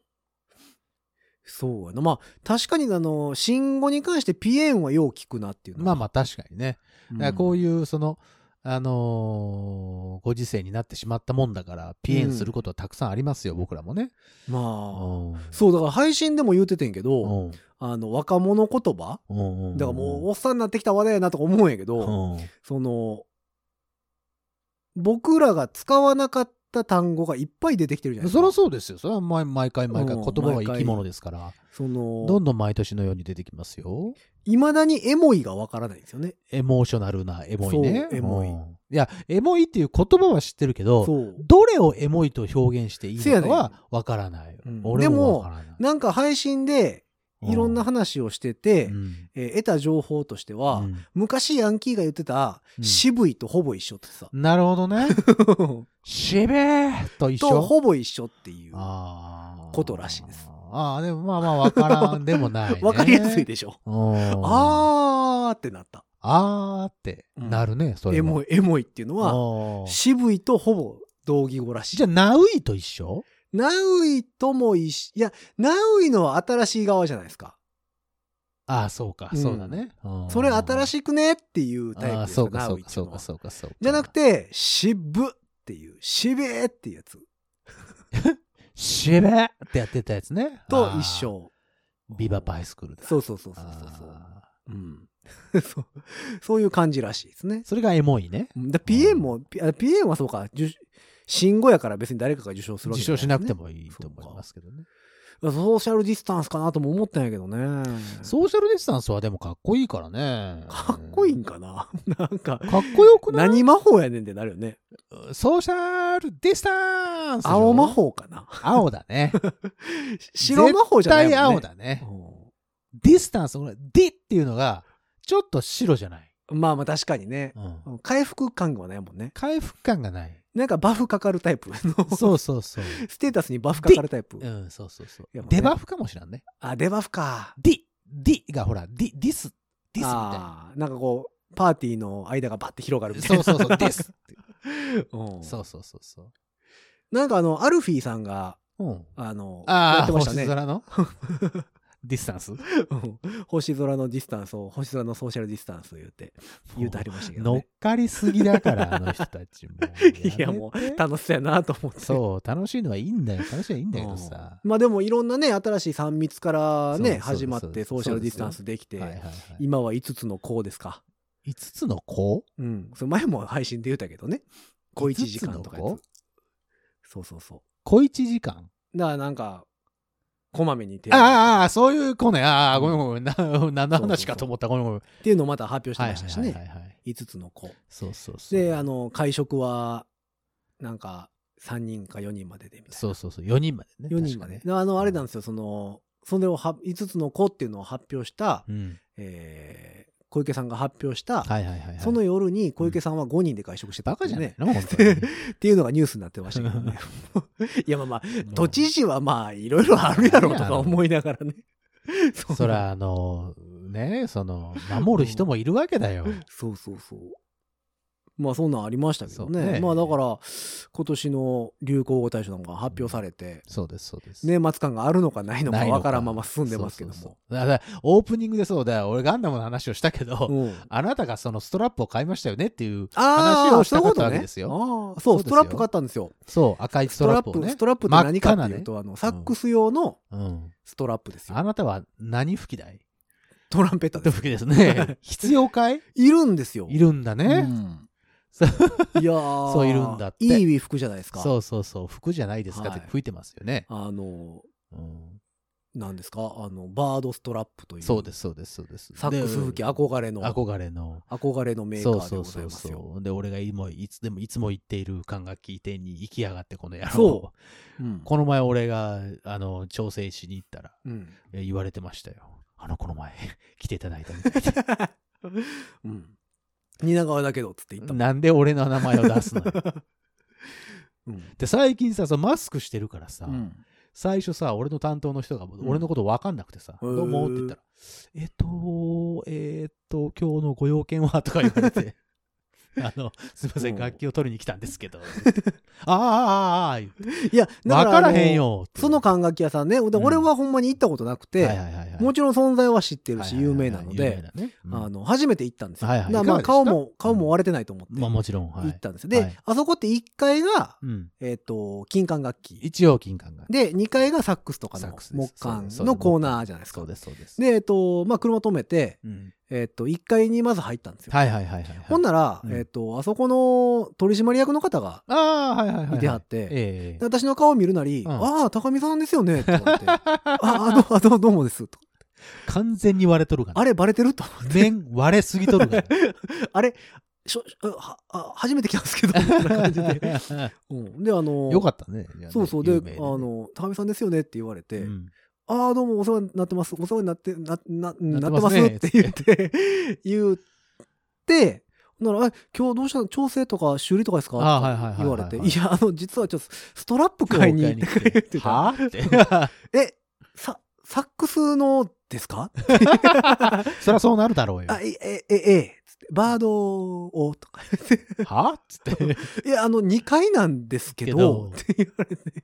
Speaker 2: そうやなまあ確かにあの新語に関してピエンはよう聞くなっていう
Speaker 3: う
Speaker 2: の
Speaker 3: まあ
Speaker 2: は
Speaker 3: まあ確かにね、
Speaker 2: うん
Speaker 3: だからこういうそのあのーご時世になってしまったもんだからピエンすることはたくさんありますよ、僕らもね
Speaker 2: まあ
Speaker 3: うん
Speaker 2: そうだから配信でも言うててんけど、
Speaker 3: うん
Speaker 2: あの若者言葉
Speaker 3: うん
Speaker 2: だからもうおっさんになってきた話題やなとか思うんやけど、
Speaker 3: うん
Speaker 2: その僕らが使わなかった単語がいっぱい出てきてるじゃないです
Speaker 3: そ
Speaker 2: か
Speaker 3: りゃそうですよそれは毎毎回毎回
Speaker 2: うん
Speaker 3: 言葉は生き物ですから
Speaker 2: その
Speaker 3: どんどん毎年のように出てきますよ
Speaker 2: いまだにエモいがわからないんですよね。
Speaker 3: エモーショナルなエモいね
Speaker 2: そうエモい
Speaker 3: うんいやエモいっていう言葉は知ってるけど
Speaker 2: そう。
Speaker 3: どれをエモいと表現していいのかはわからない。
Speaker 2: せやねん
Speaker 3: 俺もわからない。
Speaker 2: なんか配信でいろんな話をしてて、
Speaker 3: うん
Speaker 2: えー得た情報としては、
Speaker 3: うん
Speaker 2: 昔ヤンキーが言ってた、
Speaker 3: うん
Speaker 2: 渋いとほぼ一緒ってさ、
Speaker 3: なるほど ね。しべーと 一
Speaker 2: と
Speaker 3: 緒。
Speaker 2: ほぼ一緒っていう、わことらしいです。
Speaker 3: あーあー、でもまあまあわからんでもな い、ね。
Speaker 2: かりやすいでしょ。
Speaker 3: うんあー。
Speaker 2: あーってなった。
Speaker 3: ってなるね、それ
Speaker 2: エ
Speaker 3: も。
Speaker 2: モい、エモいっていうのは、
Speaker 3: は
Speaker 2: 渋いとほぼ同義語らしい。
Speaker 3: じゃあ、ナウイと一緒
Speaker 2: ナウイとも一緒、いや、ナウイのは新しい側じゃないですか。
Speaker 3: ああ、そうか、
Speaker 2: うん
Speaker 3: そうだね。うん
Speaker 2: それ新しくねっていうタイプで
Speaker 3: ああ、
Speaker 2: す
Speaker 3: そうか、
Speaker 2: ナ
Speaker 3: そ
Speaker 2: ウ
Speaker 3: う
Speaker 2: イっ
Speaker 3: か、
Speaker 2: てい
Speaker 3: そうう
Speaker 2: の
Speaker 3: か、
Speaker 2: は
Speaker 3: そうか。そうか
Speaker 2: じゃなく、て、渋っていう、しべーっていうやつ
Speaker 3: しべーってやってたやつね。
Speaker 2: と一。緒。
Speaker 3: ビババイスクールだ。
Speaker 2: そうそうそうそうそうそう。
Speaker 3: あ
Speaker 2: うん、 そうそういう感じらしいですね
Speaker 3: ー。それがエモいね。
Speaker 2: だピエンも、ピあピエンはそうか、受新語やから別に誰かが受賞するわ
Speaker 3: 受
Speaker 2: けじゃい
Speaker 3: 賞
Speaker 2: です
Speaker 3: し
Speaker 2: ね
Speaker 3: なくてもいいと思いますけどね。
Speaker 2: ソーシャルディスタンスかなとも思ったんやけどね。
Speaker 3: ソーシャルディスタンスはでもかっこいいからね。
Speaker 2: かっこいいんかな なんか、
Speaker 3: かっこよくない
Speaker 2: 何魔法やねんってなるよね。
Speaker 3: ソーシャルディスタンスでしょ
Speaker 2: 青魔法か な
Speaker 3: 青だ ね。
Speaker 2: 白魔法じゃないもん、ね。
Speaker 3: 絶対青だね。
Speaker 2: うん
Speaker 3: ディスタンス、ほらディっていうのがちょっと白じゃない。
Speaker 2: まあまあ確かにね。
Speaker 3: うん
Speaker 2: うん回復感はないもんね。
Speaker 3: 回復感が ない。
Speaker 2: なんかバフかかるタイプの。
Speaker 3: そうそうそう。
Speaker 2: ステータスにバフかかるタイプ。
Speaker 3: うん、そうそうそう
Speaker 2: いやもう。ね
Speaker 3: デバフかもしらんね。
Speaker 2: あ、デバフか。
Speaker 3: ディ、ディがほら、ディ、ディス、ディスみたいな。
Speaker 2: あーなんかこう、パーティーの間がバッて広がるみたい
Speaker 3: そう
Speaker 2: な。
Speaker 3: そうそう、ディス。
Speaker 2: うん
Speaker 3: そうそうそうそ
Speaker 2: なんかあの、アルフィーさんが、
Speaker 3: う。うん。
Speaker 2: あの、や
Speaker 3: あ
Speaker 2: っ
Speaker 3: あ、
Speaker 2: てました
Speaker 3: 星
Speaker 2: ね。
Speaker 3: 空のディスタンス
Speaker 2: うん星空のディスタンスを、星空のソーシャルディスタンス言うて、言うてありましたけど
Speaker 3: 乗っ
Speaker 2: ね。
Speaker 3: かりすぎ だから、あの人たちも。
Speaker 2: いやも
Speaker 3: やめ
Speaker 2: う、
Speaker 3: て
Speaker 2: 楽しそうやなと思って。
Speaker 3: そう、楽しいのはいいんだよ。楽しいのはいいんだけどさ。
Speaker 2: まあでもいろんなね、新しい3密から
Speaker 3: そうで
Speaker 2: ね、
Speaker 3: す
Speaker 2: 始まっ
Speaker 3: そうで
Speaker 2: て
Speaker 3: す
Speaker 2: ソーシャルディスタンスでき
Speaker 3: はいはい
Speaker 2: て、
Speaker 3: はい。
Speaker 2: 今は5つの項ですか。
Speaker 3: 5つの子
Speaker 2: うん。それ前も配信で言ったけどね。小1時間とかや
Speaker 3: 五つの
Speaker 2: つ。そうそうそう。
Speaker 3: 小1時間
Speaker 2: だからなんか、こまめに手
Speaker 3: あ
Speaker 2: を
Speaker 3: あああ、そういう子ね。ああ、ごめんごめん。な何の話かと思った。ごめんごめん。
Speaker 2: っていうのをまた発表してましたし
Speaker 3: はいはい
Speaker 2: ね。
Speaker 3: はいはい。
Speaker 2: 5つの子。
Speaker 3: そうそうそう。
Speaker 2: で、あの、会食は、なんか、3人か4人まででみたい
Speaker 3: そうそうそう。4人までね。
Speaker 2: な。4人ま
Speaker 3: 確
Speaker 2: で
Speaker 3: か。ね。
Speaker 2: あの、あれなんですよ、その、それをは、5つの子っていうのを発表した、
Speaker 3: うん。
Speaker 2: えー小池さんが発表した、
Speaker 3: はいはいはいはい。
Speaker 2: その夜に小池さんは5人で会食してた
Speaker 3: バ
Speaker 2: ってい
Speaker 3: カじ
Speaker 2: う
Speaker 3: ゃない
Speaker 2: ね。
Speaker 3: の本当に
Speaker 2: っていうのがニュースになってましたけどね。 いやまあまあ、
Speaker 3: もう
Speaker 2: 都知事はまあいろいろあるやろうとか思いながら ね。う
Speaker 3: そら、あの、ね、その、守る人もいるわ けだよ。
Speaker 2: そうそうそう。まあそんなんありましたけど
Speaker 3: そう
Speaker 2: ね。
Speaker 3: ね
Speaker 2: まあだから、今年の流行語大賞なんか発表されて、
Speaker 3: そうです、そうです。
Speaker 2: 年末感があるのかないのか
Speaker 3: ないのか
Speaker 2: わからんまま進んでますけど
Speaker 3: そう
Speaker 2: も。
Speaker 3: そうそうだからオープニングでそうだよ。俺ガンダムの話をしたけど、
Speaker 2: うん
Speaker 3: あなたがそのストラップを買いましたよねっていう
Speaker 2: あ
Speaker 3: 話
Speaker 2: あ、
Speaker 3: をし
Speaker 2: そう
Speaker 3: た
Speaker 2: いうこ
Speaker 3: かった
Speaker 2: と
Speaker 3: わけ
Speaker 2: ね
Speaker 3: で。すよ。
Speaker 2: あーそう、
Speaker 3: そう
Speaker 2: ス
Speaker 3: です
Speaker 2: ト
Speaker 3: よ
Speaker 2: ラップ買ったんですよ。
Speaker 3: そう、赤いス
Speaker 2: ス
Speaker 3: ト
Speaker 2: トラッ
Speaker 3: ラッ
Speaker 2: プ、
Speaker 3: プをね
Speaker 2: ス。トラップって何かっていうと、あの、サックス用の
Speaker 3: うん。
Speaker 2: ストラップですよ。
Speaker 3: あなたは何吹きだい
Speaker 2: トランペットです。
Speaker 3: 吹きで すね。必要かい
Speaker 2: いるんですよ。
Speaker 3: いるんだ
Speaker 2: う
Speaker 3: ね。
Speaker 2: ん
Speaker 3: そう
Speaker 2: いやー
Speaker 3: そういるんだって
Speaker 2: いい服じゃないですか。
Speaker 3: そうそうそう。服じゃないですかって
Speaker 2: はい
Speaker 3: 吹いてますよね。
Speaker 2: あの、
Speaker 3: うん
Speaker 2: なんですか、あの、バードストラップという。
Speaker 3: そうです、そうです、そうです。
Speaker 2: サックス吹き
Speaker 3: で
Speaker 2: 憧れの、
Speaker 3: 憧れの。
Speaker 2: 憧れのメーカ
Speaker 3: そう
Speaker 2: ーでご
Speaker 3: そう
Speaker 2: ざ
Speaker 3: そ
Speaker 2: いうますよ。
Speaker 3: そう。で、俺がいもいつでもいつも言っている管楽器店に行きやがって、この野郎。
Speaker 2: そうん
Speaker 3: この前俺が、あの、調整しに行ったら、
Speaker 2: うん。
Speaker 3: え言われてましたよ。あの、この前、 来ていただいたみたいで
Speaker 2: うん。蜷川だけど、つって言 ったもん。
Speaker 3: なんで俺の名前を出すの よ。
Speaker 2: うん
Speaker 3: で、最近さ、そのマスクしてるからさ、
Speaker 2: うん
Speaker 3: 最初さ、俺の担当の人が、
Speaker 2: ん
Speaker 3: 俺のこと分かんなくてさ、
Speaker 2: へー
Speaker 3: どうもって言ったら、えっと、えっと、今日のご用件はとか言わ れて、あの、すいませ、
Speaker 2: うんん
Speaker 3: 楽器を取りに来たんですけど、あーあー、あーあー、言って
Speaker 2: いや、だ
Speaker 3: 分から
Speaker 2: あの
Speaker 3: へん。よって。
Speaker 2: その管楽器屋さんね、で
Speaker 3: うん
Speaker 2: 俺はほんまに行ったことなく
Speaker 3: はい
Speaker 2: て、
Speaker 3: はいはいはい
Speaker 2: もちろん存在は知ってる
Speaker 3: はい
Speaker 2: し、
Speaker 3: はいはい
Speaker 2: 有名なの
Speaker 3: 有名
Speaker 2: で、
Speaker 3: だねうん
Speaker 2: あの、初めて行ったんですよ。
Speaker 3: は
Speaker 2: だ
Speaker 3: い
Speaker 2: か
Speaker 3: は
Speaker 2: ら
Speaker 3: い
Speaker 2: まあ
Speaker 3: いか
Speaker 2: 顔
Speaker 3: がでした
Speaker 2: も、顔も割れてないと思って。
Speaker 3: まあもちろん、はい。
Speaker 2: 行ったんですよで、
Speaker 3: はい
Speaker 2: あそこって1階が、
Speaker 3: うん。
Speaker 2: えっ、と、金管楽器。
Speaker 3: 一応金管が。
Speaker 2: で、2階がサックスとか
Speaker 3: サッ
Speaker 2: の
Speaker 3: クスです
Speaker 2: 木管
Speaker 3: そうで
Speaker 2: の
Speaker 3: す
Speaker 2: コーナーじゃないです
Speaker 3: そ
Speaker 2: か
Speaker 3: う。です、そうです。
Speaker 2: で、えっ、と、まあ、車止めて、
Speaker 3: うん。
Speaker 2: えっ、と、1階にまず入ったんですよ。
Speaker 3: はいはいはいはいはい。
Speaker 2: ほんなら、
Speaker 3: うん
Speaker 2: えっ、と、あそこの取締役の方が
Speaker 3: ああ、はいはいはいはい。
Speaker 2: いてはって、で
Speaker 3: ええ
Speaker 2: 私の顔を見るなり、
Speaker 3: うん
Speaker 2: ああ、高見さんですよね、って言 われて、ああ、どうあどうどうもです、と。
Speaker 3: 完全に割れとるがな。
Speaker 2: あれ、バレてると。
Speaker 3: 面割れすぎとるがな。
Speaker 2: あれ、しょはあ初めて来たんですけど、みたいな感じ で。うん、で、あの、
Speaker 3: よかったね。じゃあね
Speaker 2: そうそう、で、
Speaker 3: 有名
Speaker 2: あの、高見さんですよねって言われて、
Speaker 3: うん
Speaker 2: ああ、どうもお世話になってます。お世話になって、な、な、なっ
Speaker 3: なってて
Speaker 2: ま
Speaker 3: ますすね
Speaker 2: って言って、言って、なら、あ今日どうしたの調整とか修理とかですか
Speaker 3: あはいはいはい
Speaker 2: って
Speaker 3: はい
Speaker 2: 言われて、いや、あの、実はちょっと、ストラップ
Speaker 3: 今
Speaker 2: 買いに行ってくれって言ったら
Speaker 3: はぁっ
Speaker 2: え、さ、サックスのですか
Speaker 3: て。そりゃそうなるだろうよ。
Speaker 2: あ、
Speaker 3: はい
Speaker 2: え、え、ええ、つってバードを、とか 言って
Speaker 3: ぁっつって。
Speaker 2: いや、あの、2階なんですけ
Speaker 3: け
Speaker 2: ど
Speaker 3: ど、
Speaker 2: って言われて。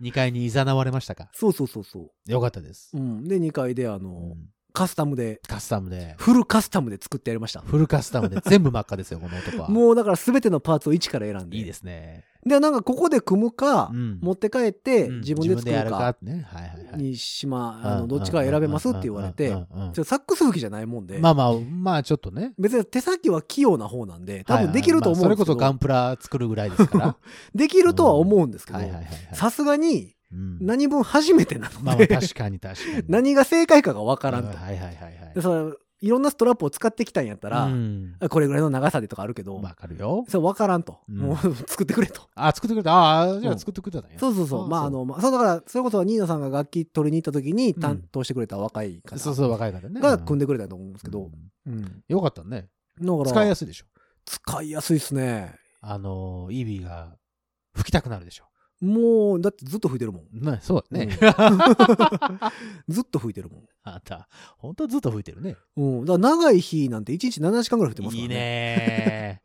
Speaker 3: 2階に誘われましたか
Speaker 2: そうそうそうそ
Speaker 3: よかったです
Speaker 2: う。う。ん。で、2階で、あの
Speaker 3: う、ん
Speaker 2: カスタムで、
Speaker 3: カスタムで。
Speaker 2: フルカスタムで作ってやりました。
Speaker 3: フルカスタムで全部真っ赤ですよ、この男は。
Speaker 2: もうだから全てのパーツを一から選んで。
Speaker 3: いいですね。
Speaker 2: で、なんかここで組むか、
Speaker 3: うん
Speaker 2: 持って帰って
Speaker 3: うん
Speaker 2: 自分で作
Speaker 3: や
Speaker 2: る
Speaker 3: る
Speaker 2: か
Speaker 3: かってね。はいはいはい。
Speaker 2: にしま、あの、どっちか選べますって言われて
Speaker 3: うんう、んうんうんうん
Speaker 2: ちょサックス吹きじゃないもんで、
Speaker 3: まあまあ、まあちょっとね。
Speaker 2: 別に手先は器用な方なんで、多分できると思うん
Speaker 3: はいはいまあ
Speaker 2: ですけど、
Speaker 3: それこそガンプラ作るぐらいで すから。
Speaker 2: できるとは思うんですけど
Speaker 3: はいはいはい、はい。
Speaker 2: さすがに
Speaker 3: うん
Speaker 2: 何分初めてな
Speaker 3: まあ
Speaker 2: の
Speaker 3: ま
Speaker 2: で、
Speaker 3: あ確かに確かに。
Speaker 2: 何が正解かがわからんと。
Speaker 3: はいはいはいはい
Speaker 2: で。それいろんなストラップを使ってきたんやったら、
Speaker 3: うん、
Speaker 2: あこれぐらいの長さでとかあるけど、
Speaker 3: わかるよ。
Speaker 2: そう分からんと、
Speaker 3: うん
Speaker 2: もう作ってくれと。
Speaker 3: あ、作ってくれた。ああ、じゃ
Speaker 2: う
Speaker 3: あ
Speaker 2: ん
Speaker 3: 作ってくれたね。
Speaker 2: そうそうそう。
Speaker 3: あ
Speaker 2: まあ、
Speaker 3: そう
Speaker 2: あの、まあ、そうだから、それこそ、ニーナさんが楽器取りに行った時に
Speaker 3: うん
Speaker 2: 担当してくれた若い方
Speaker 3: そうそう、若い方ね。
Speaker 2: が組ん
Speaker 3: で
Speaker 2: でくれたと思うんですけど、うん。
Speaker 3: よかったね。
Speaker 2: だから、
Speaker 3: 使いやすいでしょ。
Speaker 2: 使いやすいっすね。
Speaker 3: あのー、イビーが吹きたくなるでしょ。
Speaker 2: もう、だってずっと吹いてるもん。
Speaker 3: ね、そうだね。
Speaker 2: ずっと吹いてるもん。
Speaker 3: あんた、本当ずっと吹いてるね。
Speaker 2: うん。だから長い日なんて1日7時間ぐらい吹いてますか
Speaker 3: い
Speaker 2: ら
Speaker 3: い
Speaker 2: ね。
Speaker 3: ね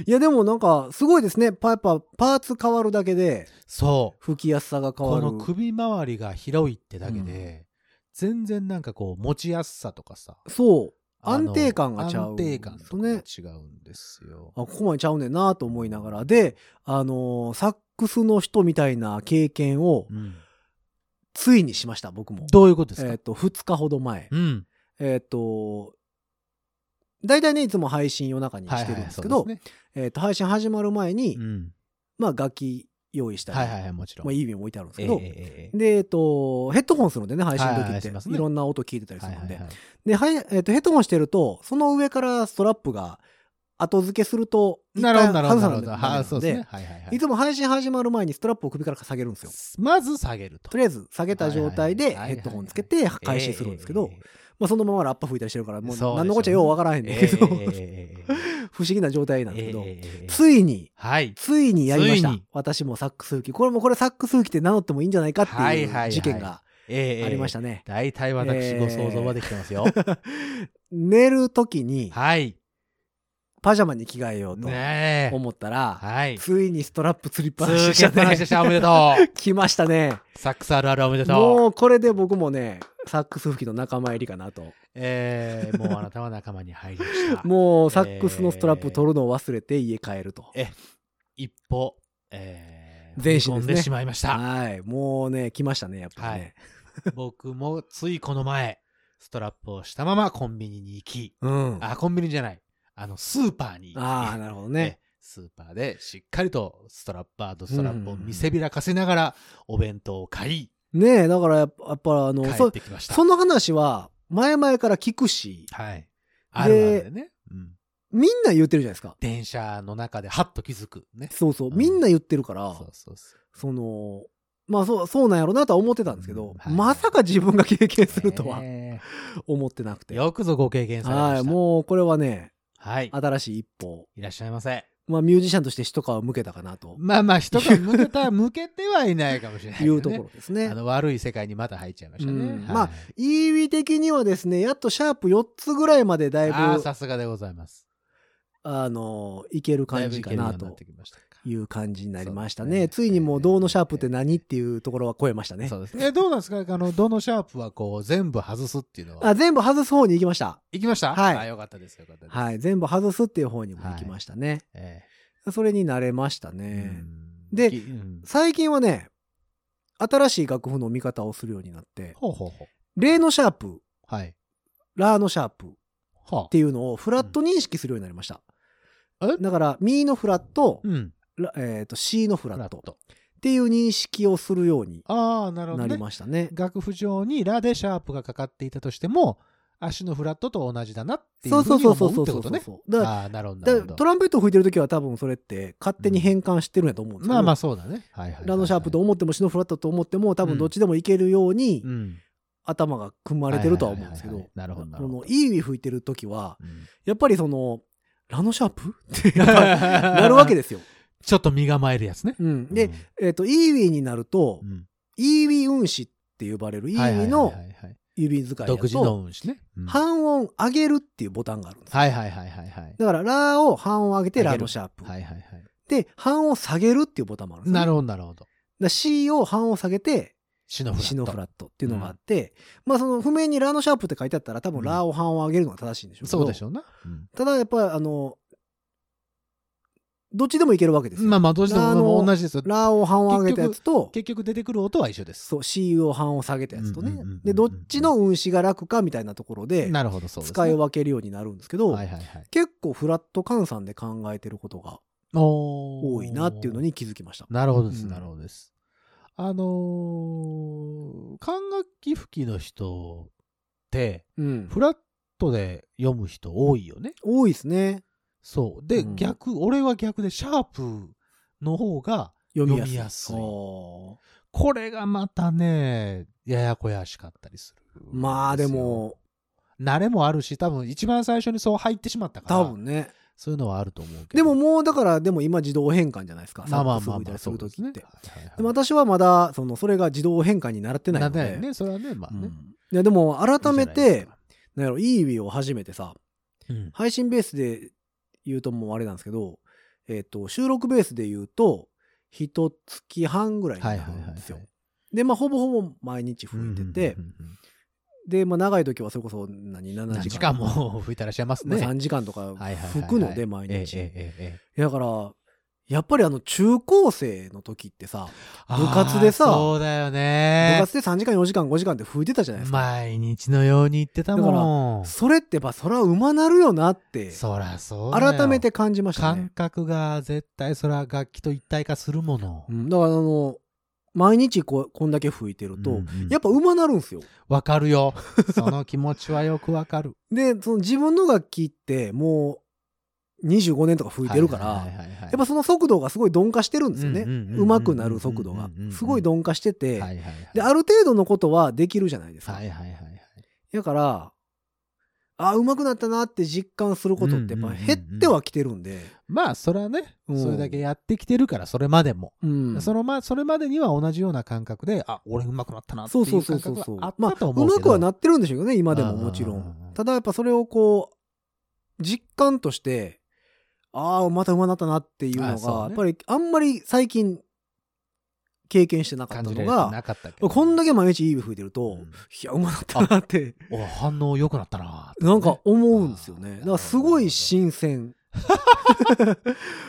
Speaker 3: ー。
Speaker 2: いや、でもなんか、すごいですね。パやっぱ、パーツ変わるだけで、
Speaker 3: そう。
Speaker 2: 吹きやすさが変わ
Speaker 3: こ
Speaker 2: る。
Speaker 3: の首周りが広いってだけで、全然なんかこう、持ちやすさとかさ。
Speaker 2: そう。
Speaker 3: あの
Speaker 2: 安定感がちゃう
Speaker 3: 安定感とかが
Speaker 2: ね
Speaker 3: 違うんですよ。
Speaker 2: あここまでちゃうねんなと思いながら。で、あのーサックスの人みたいな経験を、
Speaker 3: うん
Speaker 2: ついにしました、僕も。
Speaker 3: どういうことです
Speaker 2: え
Speaker 3: か
Speaker 2: っ、と、2日ほど前。
Speaker 3: うん。
Speaker 2: えっ、と、大体ね、いつも配信夜中に
Speaker 3: はい
Speaker 2: して
Speaker 3: は
Speaker 2: るんで
Speaker 3: い、
Speaker 2: す
Speaker 3: そ
Speaker 2: け
Speaker 3: う
Speaker 2: ど、
Speaker 3: ですね。
Speaker 2: えっ、と、配信始まる前に、
Speaker 3: うん。
Speaker 2: まあ、楽器用意したり、
Speaker 3: はいはいはい、もちろん。
Speaker 2: まあ、
Speaker 3: い
Speaker 2: イービン置いてあるんですけど、
Speaker 3: ええええええ
Speaker 2: で、えっ、と、ヘッドホンするんでね、配信の
Speaker 3: はい
Speaker 2: 時
Speaker 3: は
Speaker 2: っ
Speaker 3: い
Speaker 2: て、い
Speaker 3: しますね
Speaker 2: ろんな音聞いてたりす
Speaker 3: は
Speaker 2: る
Speaker 3: い
Speaker 2: んで。
Speaker 3: はいはい。
Speaker 2: で、はいえっとヘッドホンしてると、その上からストラップが後付けすると、
Speaker 3: なるほど、なるほど。
Speaker 2: 一
Speaker 3: な
Speaker 2: 回
Speaker 3: るほど。
Speaker 2: 外さな
Speaker 3: はいい、
Speaker 2: とダメなの
Speaker 3: そうですね
Speaker 2: で。、
Speaker 3: はいはいはいい。
Speaker 2: つも配信始まる前にストラップを首から下げるんですよ。
Speaker 3: まず下げると。
Speaker 2: とりあえず下げた状態
Speaker 3: はい
Speaker 2: で
Speaker 3: はいはいはい
Speaker 2: ヘッドホンつけて開始するんですけど
Speaker 3: ええ、
Speaker 2: まあそのままラッパ吹いたりしてるから、もう
Speaker 3: そうでしょうね
Speaker 2: 何のこっちゃようわからへんねん
Speaker 3: え
Speaker 2: け
Speaker 3: え
Speaker 2: ど、
Speaker 3: えええええええええ
Speaker 2: 不思議な状態なんですけど、
Speaker 3: ええええええ
Speaker 2: ついに、
Speaker 3: はい。
Speaker 2: ついにやりまし
Speaker 3: つい
Speaker 2: た
Speaker 3: に。
Speaker 2: 私もサックス吹き。これもこれサックス吹きって名乗ってもいいんじゃないかって
Speaker 3: はい
Speaker 2: い
Speaker 3: はいは
Speaker 2: う
Speaker 3: い
Speaker 2: 事件が
Speaker 3: ええ
Speaker 2: ありまし。
Speaker 3: え
Speaker 2: たね
Speaker 3: え。大体私ご想像はできてますよ。
Speaker 2: 寝る時に
Speaker 3: はい。
Speaker 2: パジャマに着替えようと
Speaker 3: ねえ。
Speaker 2: 思ったら、
Speaker 3: はい。
Speaker 2: ついにストラップつりっぱなし
Speaker 3: 通
Speaker 2: でした
Speaker 3: 勤話で
Speaker 2: ね
Speaker 3: し。た。おめでとう。
Speaker 2: 来ましたね。
Speaker 3: サックスあるあるおめでとう。
Speaker 2: もうこれで僕もね、サックス吹きの仲間入りかなと。
Speaker 3: ええ、もうあなたは仲間に入りました。
Speaker 2: もうサックスのストラップ取るのを忘れて家帰ると。
Speaker 3: 一歩、ええ、
Speaker 2: 前進ですね
Speaker 3: 踏み込んでしまいました。
Speaker 2: はい。もうね、来ましたね、やっぱりね。
Speaker 3: 僕もついこの前、ストラップをしたままコンビニに行き、
Speaker 2: うん。あ
Speaker 3: あ、コンビニじゃない。あの、スーパーに行き。
Speaker 2: あー、なるほど
Speaker 3: え
Speaker 2: ね。
Speaker 3: スーパーでしっかりとストラッパーとストラップを見せびらかせながらお弁当を買い
Speaker 2: ねえ、だからやっぱ、やっぱあ
Speaker 3: 帰
Speaker 2: の、
Speaker 3: っ
Speaker 2: そ
Speaker 3: てきました。
Speaker 2: その話は、前々から聞くし、
Speaker 3: はい。あるあるでね、うん。
Speaker 2: みんな言ってるじゃないですか。
Speaker 3: 電車の中でハッと気づくね。
Speaker 2: そうそう、
Speaker 3: うん
Speaker 2: みんな言ってるから、
Speaker 3: そうそうそう。
Speaker 2: その、まあそう、そうなんやろなとは思ってたんですけど、
Speaker 3: はい
Speaker 2: まさか自分が経験するとは
Speaker 3: ね
Speaker 2: 思ってなく
Speaker 3: え
Speaker 2: て。
Speaker 3: よくぞご経験されま
Speaker 2: は
Speaker 3: し
Speaker 2: い、
Speaker 3: た。
Speaker 2: もうこれはね、
Speaker 3: はい。
Speaker 2: 新しい一歩。
Speaker 3: いらっしゃいませ。
Speaker 2: まあミュージシャンとして一皮向けたかなと
Speaker 3: まあまあ、人が向けた、向けてはいないかもしれない
Speaker 2: い
Speaker 3: けどね。
Speaker 2: うところですね。
Speaker 3: あの悪い世界にまた入っちゃいました
Speaker 2: う
Speaker 3: ね
Speaker 2: ん。
Speaker 3: はい
Speaker 2: まあイービー的にはですね、やっとシャープ4つぐらいまでだいぶ、
Speaker 3: ああ、
Speaker 2: あ
Speaker 3: さすがでございます。
Speaker 2: の、いける感じかなと
Speaker 3: だいぶいけるようにってきましたか
Speaker 2: いう感じになりました
Speaker 3: そう
Speaker 2: ね。
Speaker 3: ですね
Speaker 2: ついにもう、銅のシャープって何っていうところは超えましたね
Speaker 3: そ。うですね。え、どうなんですかあの、どのシャープはこう、全部外すっていうのは。
Speaker 2: あ全部外す方に行きました。
Speaker 3: 行きました
Speaker 2: はい
Speaker 3: あよかったです、よかったです。
Speaker 2: はい。全部外すっていう方にも行きましたね。
Speaker 3: え
Speaker 2: それに慣れました
Speaker 3: え
Speaker 2: ね。
Speaker 3: うん
Speaker 2: で
Speaker 3: きうん
Speaker 2: 最近はね、新しい楽譜の見方をするようになって、
Speaker 3: ほうほうほ
Speaker 2: 例のシャープ、
Speaker 3: う。はい。
Speaker 2: ラーのシャープっ
Speaker 3: は
Speaker 2: ていうのをフラット認識するようになりました。
Speaker 3: うんえ
Speaker 2: だから、ミーのフラット、
Speaker 3: うん。
Speaker 2: ラえー、と C のフラット
Speaker 3: フラット
Speaker 2: っていう認識をするように
Speaker 3: ああ、なるほ
Speaker 2: な
Speaker 3: ど
Speaker 2: り
Speaker 3: ね。
Speaker 2: ましたね。
Speaker 3: 楽譜上にラでシャープがかかっていたとしても、足のフラットと同じだなっていう
Speaker 2: そう
Speaker 3: ふ
Speaker 2: そうう
Speaker 3: に
Speaker 2: そうそう
Speaker 3: 思
Speaker 2: そううそ
Speaker 3: ってこ
Speaker 2: う
Speaker 3: とね。
Speaker 2: そうだか
Speaker 3: ああ、なるほど。
Speaker 2: らだか
Speaker 3: なるほ
Speaker 2: ら
Speaker 3: ど
Speaker 2: トランペット吹いてる時は多分それって勝手に変換してるんやと思うんですけど、
Speaker 3: まあまあそうだね。はいはいはいはい
Speaker 2: ラのシャープと思ってもシのフラットと思っても多分どっちでもいけるように
Speaker 3: うん。
Speaker 2: 頭が組まれてるとは思うんですけ
Speaker 3: は
Speaker 2: ど
Speaker 3: いはいはいはいなるほどなる
Speaker 2: こ
Speaker 3: ほ
Speaker 2: の
Speaker 3: ど
Speaker 2: イーウィ吹いてる時は
Speaker 3: うん
Speaker 2: やっぱりそのラのシャープってやっぱなるわけ ですよ。
Speaker 3: ちょっと身構えるやつね。
Speaker 2: うん、で、えっとイーウィになると、
Speaker 3: うん、
Speaker 2: イーウィ運指って呼ばれるイーウィの
Speaker 3: はいはいはいはい
Speaker 2: 指使いだ
Speaker 3: 独自の
Speaker 2: と
Speaker 3: 運指ね。うん
Speaker 2: 半音上げるっていうボタンがあるんですよ
Speaker 3: はいはいはいはいはい。
Speaker 2: だから、ラーを半音上げて、
Speaker 3: 上げる
Speaker 2: ラのシャープ。
Speaker 3: はいはいはい。
Speaker 2: で、半音下げるっていうボタンもあるんですよね、
Speaker 3: なる
Speaker 2: ほ
Speaker 3: ほどなるほど。
Speaker 2: ど。C を半音下げて、
Speaker 3: シノフラット。
Speaker 2: シのフラットっていうのがあって、まあ、その譜面にラのシャープって書いてあったら、多分ラを半音上げるのが正しいんでしょうけど
Speaker 3: そうでしょうな。
Speaker 2: ただ、やっぱり、あの、どっちでもいけるわけですよ。
Speaker 3: まあまあどうして
Speaker 2: あの
Speaker 3: も同じですよ。
Speaker 2: ラを半音上げたやつと、
Speaker 3: 結局出てくる音は一緒です。
Speaker 2: そう、C を半音下げたやつとね
Speaker 3: うんうんうんうんうん。
Speaker 2: で、どっちの運指が楽かみたいなところで、
Speaker 3: なるほどそうです、ね。
Speaker 2: 使い分けるようになるんですけど、
Speaker 3: はいはいはい。
Speaker 2: 結構フラット換算で考えてることが
Speaker 3: 多
Speaker 2: 多いなっていうの。に気づきました。
Speaker 3: なるほどです、
Speaker 2: うん
Speaker 3: なるほどです。あのー管楽器吹きの人って、
Speaker 2: うん。
Speaker 3: フラットで読む人多いよね。
Speaker 2: 多いですね。
Speaker 3: そう。で、
Speaker 2: うん
Speaker 3: 逆、俺は逆で、シャープの方が、
Speaker 2: 読み
Speaker 3: 読みや
Speaker 2: や
Speaker 3: す
Speaker 2: す
Speaker 3: い
Speaker 2: い。
Speaker 3: これがまたね、ややこやしかったりする。
Speaker 2: まあで、も、
Speaker 3: 慣れもあるし、多分一番最初にそう入ってしまったから、
Speaker 2: 多分ね。
Speaker 3: そういうのはあると思うけ
Speaker 2: で
Speaker 3: ど。
Speaker 2: も、もうだから、でも今自動変換じゃないですか。
Speaker 3: まあまあ
Speaker 2: サ
Speaker 3: ま
Speaker 2: ッ
Speaker 3: あ
Speaker 2: クス吹いた
Speaker 3: まあ、
Speaker 2: りするときって。
Speaker 3: はいはいはい
Speaker 2: でも私はまだ、その、それが自動変換に習ってない
Speaker 3: な
Speaker 2: の
Speaker 3: ん
Speaker 2: で。
Speaker 3: だよね、それはね、まあ
Speaker 2: う
Speaker 3: ね。
Speaker 2: んいや、でも改め
Speaker 3: いいじゃ
Speaker 2: て、なんやろ、イービーを初めてさ、
Speaker 3: ないですか、
Speaker 2: 配信ベースで言うともうあれなんですけど、えっ、と、収録ベースで言うと、一月半ぐらい
Speaker 3: うん
Speaker 2: に
Speaker 3: は
Speaker 2: ない
Speaker 3: はいはい
Speaker 2: る
Speaker 3: は
Speaker 2: ん
Speaker 3: い。
Speaker 2: ですよ。で、まあ、ほぼほぼ毎日吹いてて、
Speaker 3: うんうんうんうん
Speaker 2: で、まあ、長い時はそれこそ何、7時間。
Speaker 3: 何時間も 吹いたらしゃいます
Speaker 2: まあ
Speaker 3: ね。
Speaker 2: 3時間とか
Speaker 3: はいはいはいはい
Speaker 2: 吹くので、毎
Speaker 3: ええ
Speaker 2: 日。
Speaker 3: ええええ
Speaker 2: だから、やっぱりあの、中高生の時ってさ、
Speaker 3: あ
Speaker 2: 部
Speaker 3: ー
Speaker 2: 活でさ
Speaker 3: そうだよ
Speaker 2: 部
Speaker 3: ね。
Speaker 2: 活で3時間、4時間、5時間って吹いてたじゃないですか。
Speaker 3: 毎日のように言ってたもん。
Speaker 2: それって、やっぱ、そら馬なるよなって、
Speaker 3: そらそうだよ
Speaker 2: 改めて感じましたね
Speaker 3: 感。覚が絶対それは楽器と一体化するもの
Speaker 2: う。んだからあの毎日ここんだけ吹いてると、
Speaker 3: うんうん
Speaker 2: やっぱ馬なるんですよ。
Speaker 3: わか るよ。その気持ちはよくわかる。
Speaker 2: でその自分の楽器ってもう25年とか吹いてるから、
Speaker 3: はいはいはいはい
Speaker 2: やっぱその速度がすごい鈍化してるんですよね。
Speaker 3: うんうんうんうん
Speaker 2: うまくなる速度が
Speaker 3: うんうんうんうん
Speaker 2: すごい鈍化してて、
Speaker 3: はいはいはい
Speaker 2: である程度のことはできるじゃないですか。
Speaker 3: はいはいはいはい。
Speaker 2: だからあうまくなったなって実感することってやっぱ減ってはきてるんで、
Speaker 3: まあそれはね、
Speaker 2: うん
Speaker 3: それだけやってきてるからそれまでも、
Speaker 2: うん
Speaker 3: そのまそれまでには同じような感覚であ俺うまくなったなってい
Speaker 2: そうそううそ
Speaker 3: 感
Speaker 2: うそう
Speaker 3: 覚
Speaker 2: そう。
Speaker 3: はあっ
Speaker 2: ま
Speaker 3: た
Speaker 2: あ、
Speaker 3: と
Speaker 2: う
Speaker 3: 思う
Speaker 2: ま
Speaker 3: けど、
Speaker 2: くはなってるんでしょうけどね、今でも
Speaker 3: うんうんうん
Speaker 2: もちろ
Speaker 3: うん
Speaker 2: ん。ただやっぱそれをこう、実感として、ああ、また馬なったなっていう
Speaker 3: あ
Speaker 2: の
Speaker 3: そう
Speaker 2: が、
Speaker 3: ね
Speaker 2: やっぱりあんまり最近経験してなかっ
Speaker 3: 感
Speaker 2: た
Speaker 3: じら
Speaker 2: の
Speaker 3: れて
Speaker 2: が、
Speaker 3: なかったけど
Speaker 2: こんだけ毎日イーブ吹いてると、
Speaker 3: うん
Speaker 2: いや、馬なったなって、
Speaker 3: お反応良くなったなーってね
Speaker 2: なんか思うんですよ
Speaker 3: あー
Speaker 2: ね。だからすごい新鮮。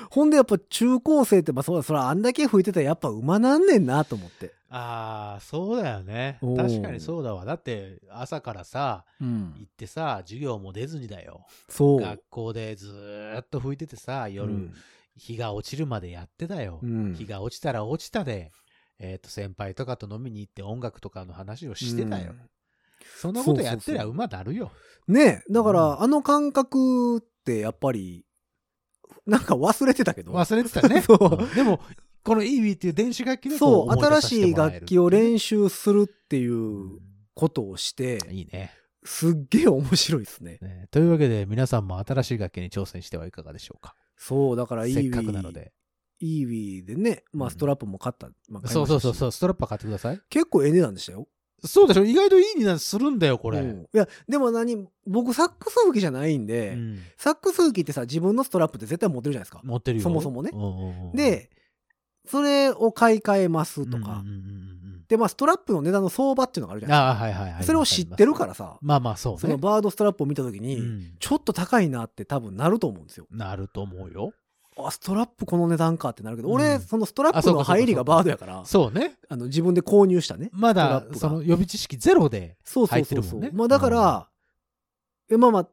Speaker 2: ほんでやっぱ中高生って、まあそうだ、それあんだけ吹いてたらやっぱ馬なんねんなと思って。
Speaker 3: ああそうだよね
Speaker 2: おー
Speaker 3: 確かにそうだわだって朝からさ
Speaker 2: うん
Speaker 3: 行。ってさ授業も出ずにだよ
Speaker 2: そう。
Speaker 3: 学校でずーっと吹いててさ夜、
Speaker 2: うん
Speaker 3: 日が落ちるまでやってたよ、
Speaker 2: うん
Speaker 3: 日が落ちたら落ちたで、えー、と先輩とかと飲みに行って音楽とかの話をしてたよ、
Speaker 2: うん
Speaker 3: そんなことやって
Speaker 2: そう
Speaker 3: り
Speaker 2: そ
Speaker 3: ゃ
Speaker 2: うそう
Speaker 3: 馬なるよ
Speaker 2: ねえだから、
Speaker 3: うん
Speaker 2: あの感覚ってやっぱりなんか忘れてたけど
Speaker 3: 忘れてた ね
Speaker 2: そう
Speaker 3: うんでもこの EB っていう電子楽器でこ
Speaker 2: そう
Speaker 3: 思い出
Speaker 2: 新
Speaker 3: させ
Speaker 2: してい
Speaker 3: もらえる
Speaker 2: 楽器を練習するっていううんことをして、
Speaker 3: いいね
Speaker 2: すっげえ面白いですね
Speaker 3: ねというわけで皆さんも新しい楽器に挑戦してはいかがでしょうか
Speaker 2: そうだからイ
Speaker 3: せっ
Speaker 2: ーウ
Speaker 3: かくなの
Speaker 2: ィー
Speaker 3: で
Speaker 2: イーウィーでね、ま
Speaker 3: うん
Speaker 2: あ、ストラップも買った、まあ、買い
Speaker 3: そ
Speaker 2: ま
Speaker 3: う
Speaker 2: した
Speaker 3: そう
Speaker 2: し
Speaker 3: そうそうストラッパー買ってください
Speaker 2: 結構ええ値段でしたよ
Speaker 3: そうでしょ意外といい値段するんだよこれ、
Speaker 2: うんいやでも何僕サックス吹きじゃないんで、
Speaker 3: うん
Speaker 2: サックス吹きってさ自分のストラップって絶対持ってるじゃないですか
Speaker 3: 持ってるよ
Speaker 2: そもそもね
Speaker 3: うんうんうん
Speaker 2: でそれを買い替えますとか、
Speaker 3: うんうんうん
Speaker 2: でまあストラップの値段の相場っていうのがあるじゃ
Speaker 3: うん、
Speaker 2: ない
Speaker 3: ああはいはいはい
Speaker 2: それを知ってるからさ、
Speaker 3: まあまあそうね
Speaker 2: そのバードストラップを見た時に、
Speaker 3: うん
Speaker 2: ちょっと高いなって多分なると思うんですよ。
Speaker 3: なると思うよ
Speaker 2: あストラップこの値段かってなるけど、
Speaker 3: う
Speaker 2: 俺
Speaker 3: ん
Speaker 2: そのストラップ
Speaker 3: あそうか
Speaker 2: の入りがバードやから
Speaker 3: そうね
Speaker 2: あの自分で購入したね。
Speaker 3: ま
Speaker 2: スト
Speaker 3: だ
Speaker 2: ラップが
Speaker 3: その予備知識ゼロで
Speaker 2: そうそうそう
Speaker 3: 入ってる
Speaker 2: そ
Speaker 3: も
Speaker 2: う、
Speaker 3: んね
Speaker 2: まあだから、えまあまあ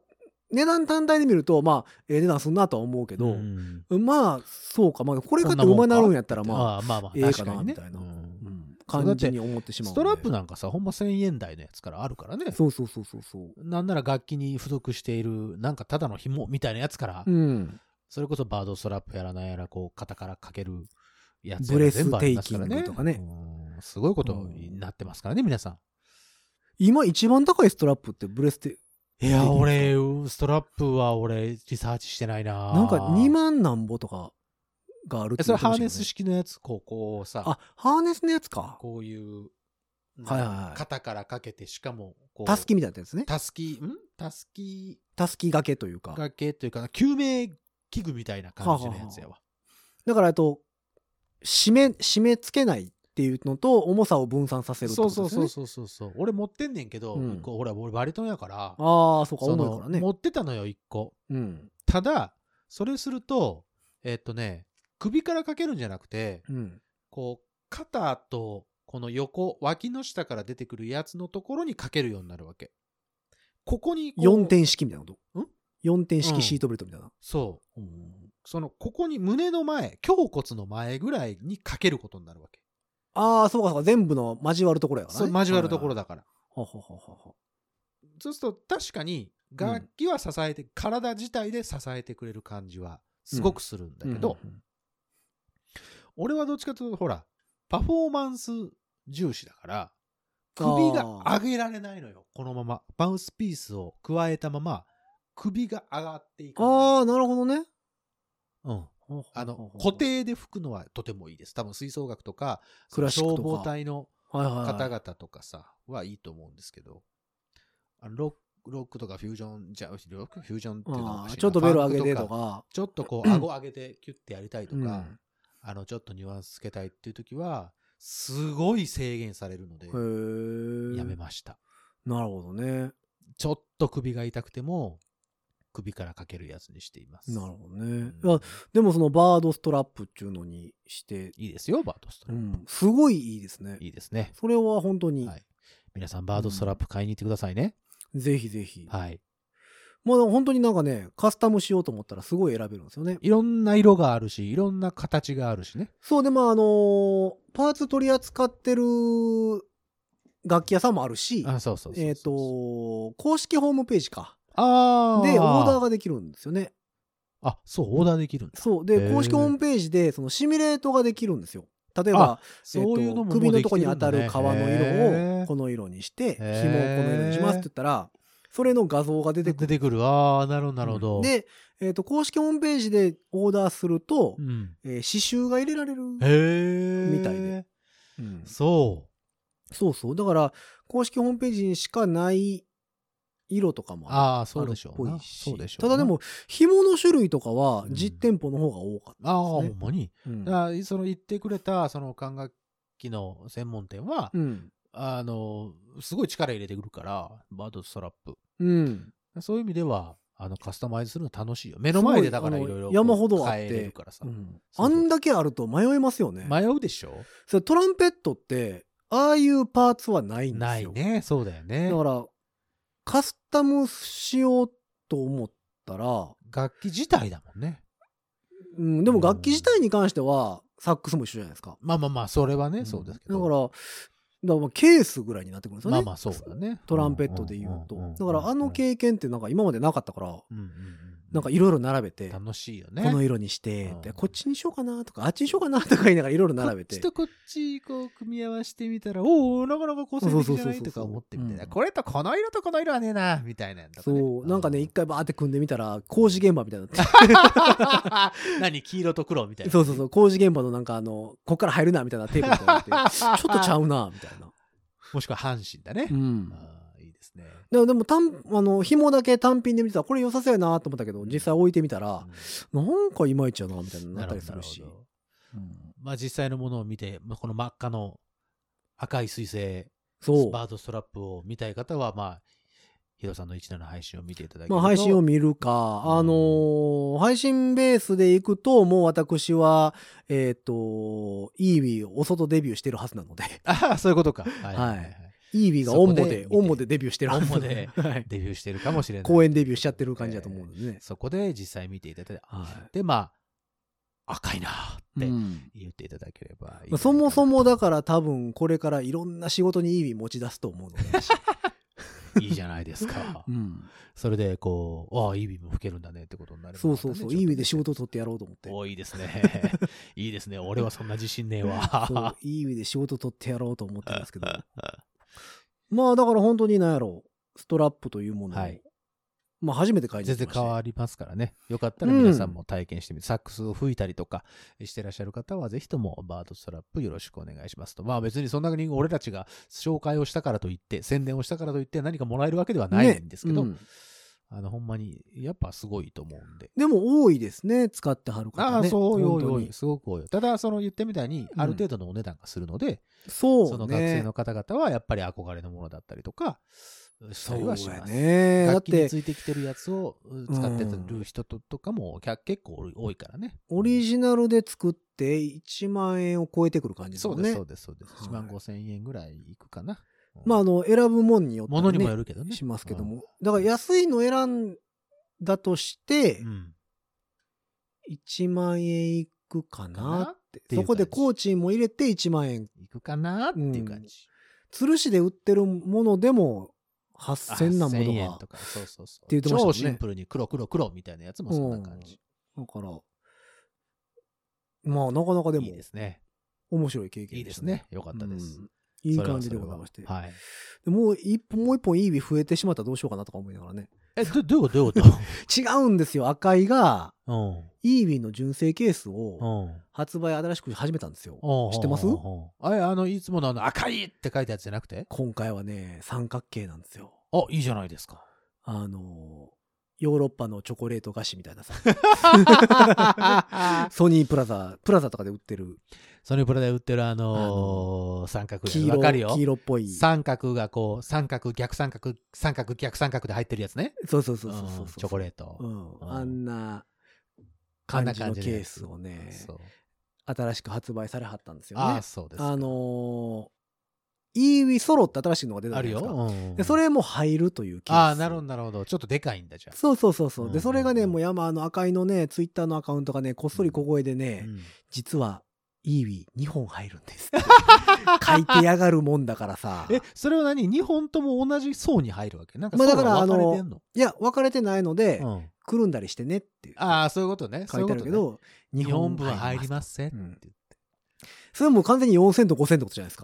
Speaker 2: 値段単体で見るとまあええ値段すんなとは思うけど、
Speaker 3: ん
Speaker 2: まあそうかまあこれ
Speaker 3: こ
Speaker 2: かっ
Speaker 3: ん
Speaker 2: て
Speaker 3: なもんか
Speaker 2: 馬なるんやったらまあ、
Speaker 3: ああまあまあ
Speaker 2: ええ
Speaker 3: 確
Speaker 2: か
Speaker 3: か
Speaker 2: な
Speaker 3: にね
Speaker 2: みたいな
Speaker 3: うん
Speaker 2: うん
Speaker 3: そうだっ
Speaker 2: 感
Speaker 3: て
Speaker 2: じに思ってしまうん
Speaker 3: ス
Speaker 2: で
Speaker 3: トラップなんかさほんま1000円台のやつからあるからね
Speaker 2: そうそうそうそうそう。
Speaker 3: なんなら楽器に付属しているなんかただの紐みたいなやつから、
Speaker 2: うん、
Speaker 3: それこそバードストラップやらなんやらこう肩からかけるやつ
Speaker 2: ブレ
Speaker 3: や
Speaker 2: ス
Speaker 3: 全部ありますから
Speaker 2: テイ
Speaker 3: ね
Speaker 2: キングとかね
Speaker 3: うんすごいことになってますからね皆さん
Speaker 2: 今一番高いストラップってブレステ
Speaker 3: いや、俺、ストラップは俺、リサーチしてないな。
Speaker 2: なんか2。万なんぼとかがあるって
Speaker 3: えそれハ
Speaker 2: 言っ
Speaker 3: ー
Speaker 2: て
Speaker 3: ネ
Speaker 2: まし
Speaker 3: ス
Speaker 2: た
Speaker 3: 式のやつ、こう、こうさ、
Speaker 2: よねあ、ハーネスのやつか。
Speaker 3: こういう、
Speaker 2: はいはいはい
Speaker 3: 肩からかけて、しかも、こう、
Speaker 2: たすきみたいなやつね。
Speaker 3: たすき、んたすき
Speaker 2: たすき掛けというか。
Speaker 3: 掛けというか、救命器具みたいな感じのやつやわ。
Speaker 2: だから、えっと、締め、締め付けないっていうのと、重さを分散させるって
Speaker 3: そ
Speaker 2: こ
Speaker 3: うそ
Speaker 2: と
Speaker 3: う
Speaker 2: です
Speaker 3: そ
Speaker 2: よ
Speaker 3: う
Speaker 2: ね。
Speaker 3: そうそうそう。俺持ってんねんけど、
Speaker 2: うん
Speaker 3: 一個ほら、俺バリトンやから、
Speaker 2: ああ、そうか、
Speaker 3: そ
Speaker 2: 重いか
Speaker 3: の
Speaker 2: らね。
Speaker 3: 持ってたのよ、一個。
Speaker 2: うん。
Speaker 3: ただ、それすると、えっとね、首からかけるんじゃなくて、
Speaker 2: うん。
Speaker 3: こう、肩と、この横、脇の下から出てくるやつのところにかけるようになるわけ。ここにこう、
Speaker 2: 4点式みたいなこと。
Speaker 3: ん
Speaker 2: ?4 点式シートベルトみたいな。
Speaker 3: そ
Speaker 2: うん
Speaker 3: う。その、ここに胸の前、胸骨の前ぐらいにかけることになるわけ。
Speaker 2: ああ、そうか、そうか、全部の交わるところやから
Speaker 3: そ
Speaker 2: ね。
Speaker 3: う、交わるところ
Speaker 2: だ。
Speaker 3: だから。
Speaker 2: ははははは
Speaker 3: そうすると、確かに、楽器は支えて、体自体で支えてくれる感じはすごくするんだけど、
Speaker 2: うん
Speaker 3: 俺はどっちかというと、ほら、パフォーマンス重視だから、首が上げられないのよ。このまま、バウスピースを加えたまま、首が上がっていく。
Speaker 2: ああ、なるほどね。
Speaker 3: うん。あ
Speaker 2: ほう
Speaker 3: の
Speaker 2: ほ、うほう
Speaker 3: 固。定で吹くのはとてもいいです。多分吹奏楽とか、
Speaker 2: クラシックとか
Speaker 3: 消防隊の
Speaker 2: はいはいはい、
Speaker 3: 方々とかさ、はいいと思うんですけど、あのロック、ロックとかフュージョン、じゃ、ロックフュージョンっていうのはお
Speaker 2: あ
Speaker 3: かし
Speaker 2: ー
Speaker 3: いな
Speaker 2: ちょっとベロ上げて
Speaker 3: ファン
Speaker 2: と
Speaker 3: ク
Speaker 2: か。
Speaker 3: ちょっとこう、顎上げてキュッてやりたいとか、
Speaker 2: うん
Speaker 3: あの、ちょっとニュアンスつけたいっていう時は、すごい制限されるので、
Speaker 2: へえ。
Speaker 3: やめました。
Speaker 2: なるほどね。
Speaker 3: ちょっと首が痛くても、首からかけるやつにしています。
Speaker 2: なるほどね。
Speaker 3: うん
Speaker 2: あでもそのバードストラップっていうのにして、
Speaker 3: いいですよ、バードスト
Speaker 2: う
Speaker 3: ラップ。
Speaker 2: ん、すごいいいですね。
Speaker 3: いいですね。
Speaker 2: それは本当に
Speaker 3: は、い。皆さん、バードストラップ買いに行ってくださいね。
Speaker 2: ぜひぜひ。
Speaker 3: はい。
Speaker 2: まあ本当になんかね、カスタムしようと思ったらすごい選べるんですよね。
Speaker 3: いろんな色があるし、いろんな形があるしね。
Speaker 2: そう、でまああのーパーツ取り扱ってる楽器屋さんもあるし、
Speaker 3: あ、そうそうそうそう
Speaker 2: えっ、と、公式ホームページか。
Speaker 3: あ
Speaker 2: で、オーダー
Speaker 3: が。
Speaker 2: ができるんですよね。
Speaker 3: あ、そう、オーダーできるんだ。
Speaker 2: そう。
Speaker 3: へ
Speaker 2: で、
Speaker 3: ー
Speaker 2: 公式ホームページで、そのシミュレートができるんですよ。例えば、
Speaker 3: そういうのも
Speaker 2: えっと首のとこに
Speaker 3: もう
Speaker 2: 当
Speaker 3: でき
Speaker 2: たる
Speaker 3: てん
Speaker 2: 皮
Speaker 3: だ
Speaker 2: の
Speaker 3: ね
Speaker 2: 色
Speaker 3: へ
Speaker 2: を
Speaker 3: ー
Speaker 2: この色にして、紐を
Speaker 3: へ
Speaker 2: こ
Speaker 3: ー
Speaker 2: の色にしますって言ったら、それの画像が出てくる。
Speaker 3: 出てくる。ああ、なるほど、なるほど。、
Speaker 2: で、えっ、と、公式ホームページでオーダーすると、
Speaker 3: うん。
Speaker 2: えー刺繍が入れられる。
Speaker 3: へえ。
Speaker 2: みたいで。うん
Speaker 3: そ
Speaker 2: そうそう。だから、公式ホームページにしかない色とか
Speaker 3: う。
Speaker 2: もある
Speaker 3: ああ、そうでしょう
Speaker 2: あるっ
Speaker 3: な。
Speaker 2: ぽいし
Speaker 3: そうでしょう
Speaker 2: た
Speaker 3: な
Speaker 2: だで、も、紐の種類とかは
Speaker 3: うん
Speaker 2: 実店舗の方が多かっ
Speaker 3: ああ、ほ
Speaker 2: たです
Speaker 3: ん
Speaker 2: ね。
Speaker 3: まに。
Speaker 2: うん
Speaker 3: だからその言ってくれた、その管楽器の専門店は、
Speaker 2: うん。
Speaker 3: あの、すごい力入れてくるから、バードストラップ。
Speaker 2: うん。
Speaker 3: そういう意味では、あの、カスタマイズするの楽しいよ。目の前でだから
Speaker 2: す
Speaker 3: い
Speaker 2: ごい
Speaker 3: ろい
Speaker 2: あ
Speaker 3: ろ。
Speaker 2: の山ほどあって
Speaker 3: 変えれるからさ
Speaker 2: う。ん
Speaker 3: そう
Speaker 2: あ
Speaker 3: そうん
Speaker 2: だけあると迷いますよね。
Speaker 3: 迷うでしょ
Speaker 2: それトランペットって、ああいうパーツはないんですよ。
Speaker 3: ないね。そうだよね
Speaker 2: だ。から、カスタムしようと思ったら、
Speaker 3: 楽器自体だもんね。
Speaker 2: うん、でも楽器自体に関しては、サックスも一緒じゃないですか。
Speaker 3: まあまあまあ、それはね、そうですけど。
Speaker 2: だから、だからまあケースぐらいになってくるんですよね。
Speaker 3: まあまあ、そうだね。
Speaker 2: トランペットで言うと。だから、あの
Speaker 3: ー
Speaker 2: 経験ってなんか今までなかったから、なんか
Speaker 3: い
Speaker 2: いろいろ並べて、
Speaker 3: 楽しいよね。
Speaker 2: この色にして
Speaker 3: うん、
Speaker 2: で、こっちにしようかなとか、あっちにしようかなとか言いながらいろいろ並べ
Speaker 3: こ
Speaker 2: て
Speaker 3: っち。とこっち、こう、組み合わせてみたら、おお、なかなか個性的じゃないとか思って
Speaker 2: そうそうそうそ
Speaker 3: みたい
Speaker 2: うう
Speaker 3: な。
Speaker 2: ん
Speaker 3: これとこの色とこの色はねえな、みたいなんとかね
Speaker 2: そう、なんかね、
Speaker 3: う
Speaker 2: 一回バーって組んでみたら、工事現場みたいになって。
Speaker 3: 何黄色と黒みたいな。
Speaker 2: そうそうそう、工事現場のなんかあの、こっから入るなみたいなテープみたいになって、ちょっとちゃうな、みたいな。
Speaker 3: もしくは阪神だね
Speaker 2: う。ん。
Speaker 3: ああいいですね。
Speaker 2: でも、でも単、あの、紐だけ単品で見てたら、これ良さそうやなと思ったけど、実際置いてみたら、なんかいまいちやな、みたいになったりするし
Speaker 3: な。ほど
Speaker 2: うん
Speaker 3: まあ実際のものを見て、まあこの真っ赤の赤い水星、
Speaker 2: そう。
Speaker 3: バードストラップを見たい方は、まあ、ヒロさんの17配信を見ていただけると。
Speaker 2: まあ、配信を
Speaker 3: 見
Speaker 2: 見るか、あのー配信ベースで行くと、もう私は、えっ、と、イービーお外デビューしてるはずなので、
Speaker 3: ああ、そういうことか。はいはいはい。
Speaker 2: イービーが
Speaker 3: そこ
Speaker 2: オン
Speaker 3: で
Speaker 2: モで
Speaker 3: 見、て
Speaker 2: オンモでデビューしてるはずなので、はい
Speaker 3: デビューしてるかもしれない。
Speaker 2: 公演デビューしちゃってる感じだと思うのでね。
Speaker 3: そこで実際見ていただいて、
Speaker 2: は
Speaker 3: で、まあ、赤いなー
Speaker 2: い。
Speaker 3: って
Speaker 2: うん
Speaker 3: 言っていただければいい
Speaker 2: まあそもそもだから多分これからいろんな仕事に意味持ち出すと思うので。
Speaker 3: いいじゃないですか。
Speaker 2: ん。
Speaker 3: それで、こう、ああ、いいビも吹けるんだねってことになる、
Speaker 2: そうそうそう。いい意味で仕事を取ってやろうと思って。
Speaker 3: おいいですね。 いいですね。俺はそんな自信ねえ
Speaker 2: そう
Speaker 3: わ。
Speaker 2: いい意味で仕事取ってやろうと思ってますけ ど。まあだから本当に何やろう。ストラップというものを。
Speaker 3: はい
Speaker 2: まあ初めて買いに
Speaker 3: 全
Speaker 2: 行きまし
Speaker 3: 然
Speaker 2: た
Speaker 3: 変
Speaker 2: ね
Speaker 3: わりますからね。よかったら皆さんも体験してみて、サックスを吹いたりとかしてらっしゃる方は、ぜひともバードストラップよろしくお願いしますと。まあ別にそんなに俺たちが紹介をしたからといって、宣伝をしたからといって何かもらえるわけではないんですけど、
Speaker 2: ねうん
Speaker 3: あの、ほんまに、やっぱすごいと思うんで。
Speaker 2: でも多いですね。使ってはる方、ね。
Speaker 3: ああ、そうよ、
Speaker 2: 本当
Speaker 3: よ
Speaker 2: に
Speaker 3: い、すごく多いよ。ただ、その言ってみたいに、
Speaker 2: うん
Speaker 3: ある程度のお値段がするので、
Speaker 2: そう、ね。
Speaker 3: その学生の方々はやっぱり憧れのものだったりとか、したりはし
Speaker 2: そうや
Speaker 3: ます。
Speaker 2: ね。だっ
Speaker 3: 楽器に
Speaker 2: て
Speaker 3: つ、いてきてるやつをうん使ってる人ととかもきゃ結構多い多いからね。
Speaker 2: オリジナルで作って1万円を超えてくる感じです
Speaker 3: そ
Speaker 2: も
Speaker 3: うんで
Speaker 2: ね
Speaker 3: す、そ。うです、そうです。1
Speaker 2: はい
Speaker 3: 万5千円ぐらいいくかな。うん
Speaker 2: まああ、の、選ぶもんによって、ね。
Speaker 3: ものにもよるけどね。
Speaker 2: しますけども。だから安いの選んだとして
Speaker 3: うん。う、ん。
Speaker 2: 1万円いくか
Speaker 3: かな
Speaker 2: な
Speaker 3: っ
Speaker 2: って。
Speaker 3: ていう感じ
Speaker 2: そこでコーチンも入れて1万円。
Speaker 3: いくかなっていう感じ。
Speaker 2: 鶴市で売ってるものでも8000なも
Speaker 3: 1000
Speaker 2: の
Speaker 3: 円
Speaker 2: が
Speaker 3: と。か、そうそうそう。
Speaker 2: って言ってましたもん
Speaker 3: 超
Speaker 2: ね
Speaker 3: シンプルに黒黒黒みたいなやつもそんな感じ。
Speaker 2: だから、まあ、なかなかでも
Speaker 3: いいですね。
Speaker 2: 面白い経験
Speaker 3: いいで
Speaker 2: でし
Speaker 3: す
Speaker 2: たね。
Speaker 3: ね。よかったです。
Speaker 2: うんいい
Speaker 3: それは
Speaker 2: 感じ
Speaker 3: そ
Speaker 2: で
Speaker 3: れ
Speaker 2: ご
Speaker 3: は
Speaker 2: ざいまして。
Speaker 3: はい。
Speaker 2: でもう一本、もう一本いい日増えてしまったらどうしようかなとか思いながらね。
Speaker 3: え、どどういうことどういうこ
Speaker 2: 違うんですよ。赤井が、
Speaker 3: と
Speaker 2: イービーの純正ケースを
Speaker 3: うん。うん。
Speaker 2: 発売新しく始めたんですよ。
Speaker 3: 知
Speaker 2: 知ってます
Speaker 3: あれ、あの、いつものあの、赤いって書いたやつじゃなくて
Speaker 2: 今回はね、三角形なんですよ。
Speaker 3: あ、いいじゃない ですか。
Speaker 2: あの、ヨーロッパのチョコレート菓子みたいなさ。ソニープラザ、プラザとかで売ってる
Speaker 3: ソニープラで売ってるあ
Speaker 2: あ
Speaker 3: のー三角やつ
Speaker 2: 黄色
Speaker 3: わかるよ
Speaker 2: 黄。色っぽい。そう
Speaker 3: 三角がこう、三角、逆三角、三角、逆三角で入ってるやつね。
Speaker 2: そうそうそうそうそううん
Speaker 3: チョコレート。
Speaker 2: うん
Speaker 3: う。ん
Speaker 2: あんな
Speaker 3: あん
Speaker 2: 感
Speaker 3: な
Speaker 2: じの
Speaker 3: 感
Speaker 2: ケ
Speaker 3: じ
Speaker 2: ースをね、
Speaker 3: そう
Speaker 2: 新しく発売されはったんですよね。
Speaker 3: ああ、
Speaker 2: あ
Speaker 3: そうですか。
Speaker 2: のー、イーウィソロって新しいのが出た
Speaker 3: あ
Speaker 2: ん
Speaker 3: る
Speaker 2: です
Speaker 3: よ。
Speaker 2: か。
Speaker 3: うん
Speaker 2: で、それも入るというケース。
Speaker 3: ああ、なるほど、なるほど。ちょっとでかいんだ、じゃあ。
Speaker 2: そうそうそうそう。
Speaker 3: うんうんう
Speaker 2: で、
Speaker 3: ん
Speaker 2: それがね、もう山、あの、赤いのね、ツイッターのアカウントがね、こっそり小声でね、
Speaker 3: うん
Speaker 2: 実は、イーウィ2本入るんです って。書いてやがるもんだからさ。
Speaker 3: え、それは何 ?2 本とも同じ層に入るわけなんか
Speaker 2: まあ
Speaker 3: 層が
Speaker 2: だから
Speaker 3: 分かれてんの、
Speaker 2: いや、分かれてないので、
Speaker 3: うん、
Speaker 2: くるんだりしてねっていう
Speaker 3: ああ、そういうことね。
Speaker 2: 書いてあるけど、
Speaker 3: そう
Speaker 2: 日
Speaker 3: いうことね、日本部は
Speaker 2: 入
Speaker 3: 入
Speaker 2: り
Speaker 3: り
Speaker 2: ます。
Speaker 3: ますせんって言って。
Speaker 2: それはもう完全に4000と5000ってことじゃない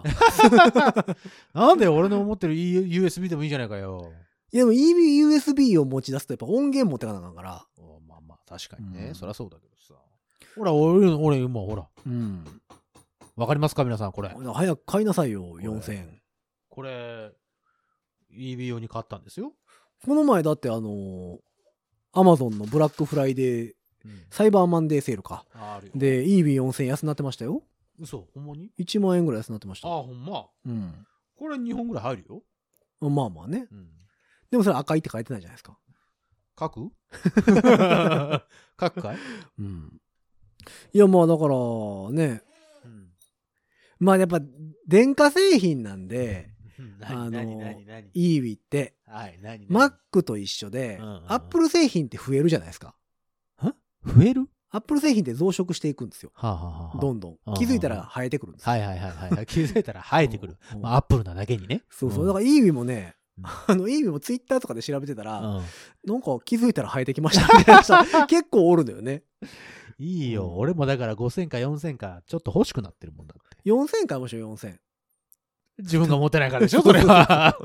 Speaker 2: ですか。
Speaker 3: なんで俺の思ってる U- USB でもいいじゃないかよ。
Speaker 2: いやでも EBUSB を持ち出すとやっぱ音源持ってかなあかんから。
Speaker 3: おまあまあ、確かにね。
Speaker 2: うん
Speaker 3: そりゃそうだけどさ。ほら、俺、俺、今、ほら。
Speaker 2: うん。
Speaker 3: わかりますか皆さん、これ。
Speaker 2: 早く買いなさいよ、4000。
Speaker 3: これ、EB 用に買ったんですよ。
Speaker 2: この前だってあのー、アマゾンのブラックフライデー、
Speaker 3: うん
Speaker 2: サイバーマンデーセールか。
Speaker 3: ああるよ。、
Speaker 2: で、EB4000 安になってましたよ。
Speaker 3: 嘘、ほんまに
Speaker 2: 1万円ぐらい安になってました。
Speaker 3: ああ、ほんま。
Speaker 2: うん。
Speaker 3: これ2本ぐらい入るよ。
Speaker 2: まあまあね。
Speaker 3: うん。
Speaker 2: でもそれ赤いって書いてないじゃないですか。
Speaker 3: 書く 書くかい、
Speaker 2: うん。いやまあだからね、まあやっぱ電化製品なんで、あの
Speaker 3: 何何何何
Speaker 2: イーウィって、
Speaker 3: はい、何何
Speaker 2: Mac と一緒で
Speaker 3: うんうんう、ん
Speaker 2: アップル製品って増えるじゃないですか。
Speaker 3: 増える
Speaker 2: アップル製品って増殖していくんですよ。
Speaker 3: はあ、はあはあ、
Speaker 2: どんど
Speaker 3: うん
Speaker 2: ん。気づいたら生えてくるんですよ。
Speaker 3: はいはいはいはい。気づいたら生えてくる。
Speaker 2: うん
Speaker 3: まあ、アップルなだけにね。
Speaker 2: そうそう。
Speaker 3: ん
Speaker 2: だから、イービもね
Speaker 3: う、ん
Speaker 2: あの、イービもツイッターとかで調べてたら、
Speaker 3: うん
Speaker 2: なんか気づいたら生えてきましたみたいな人結構おるのよね。
Speaker 3: いいよ、
Speaker 2: うん
Speaker 3: 俺もだから5000か4000かちょっと欲しくなってるもんだって。
Speaker 2: 4000買いましょう、4000。
Speaker 3: 自分が持ってないからでしょ、それは。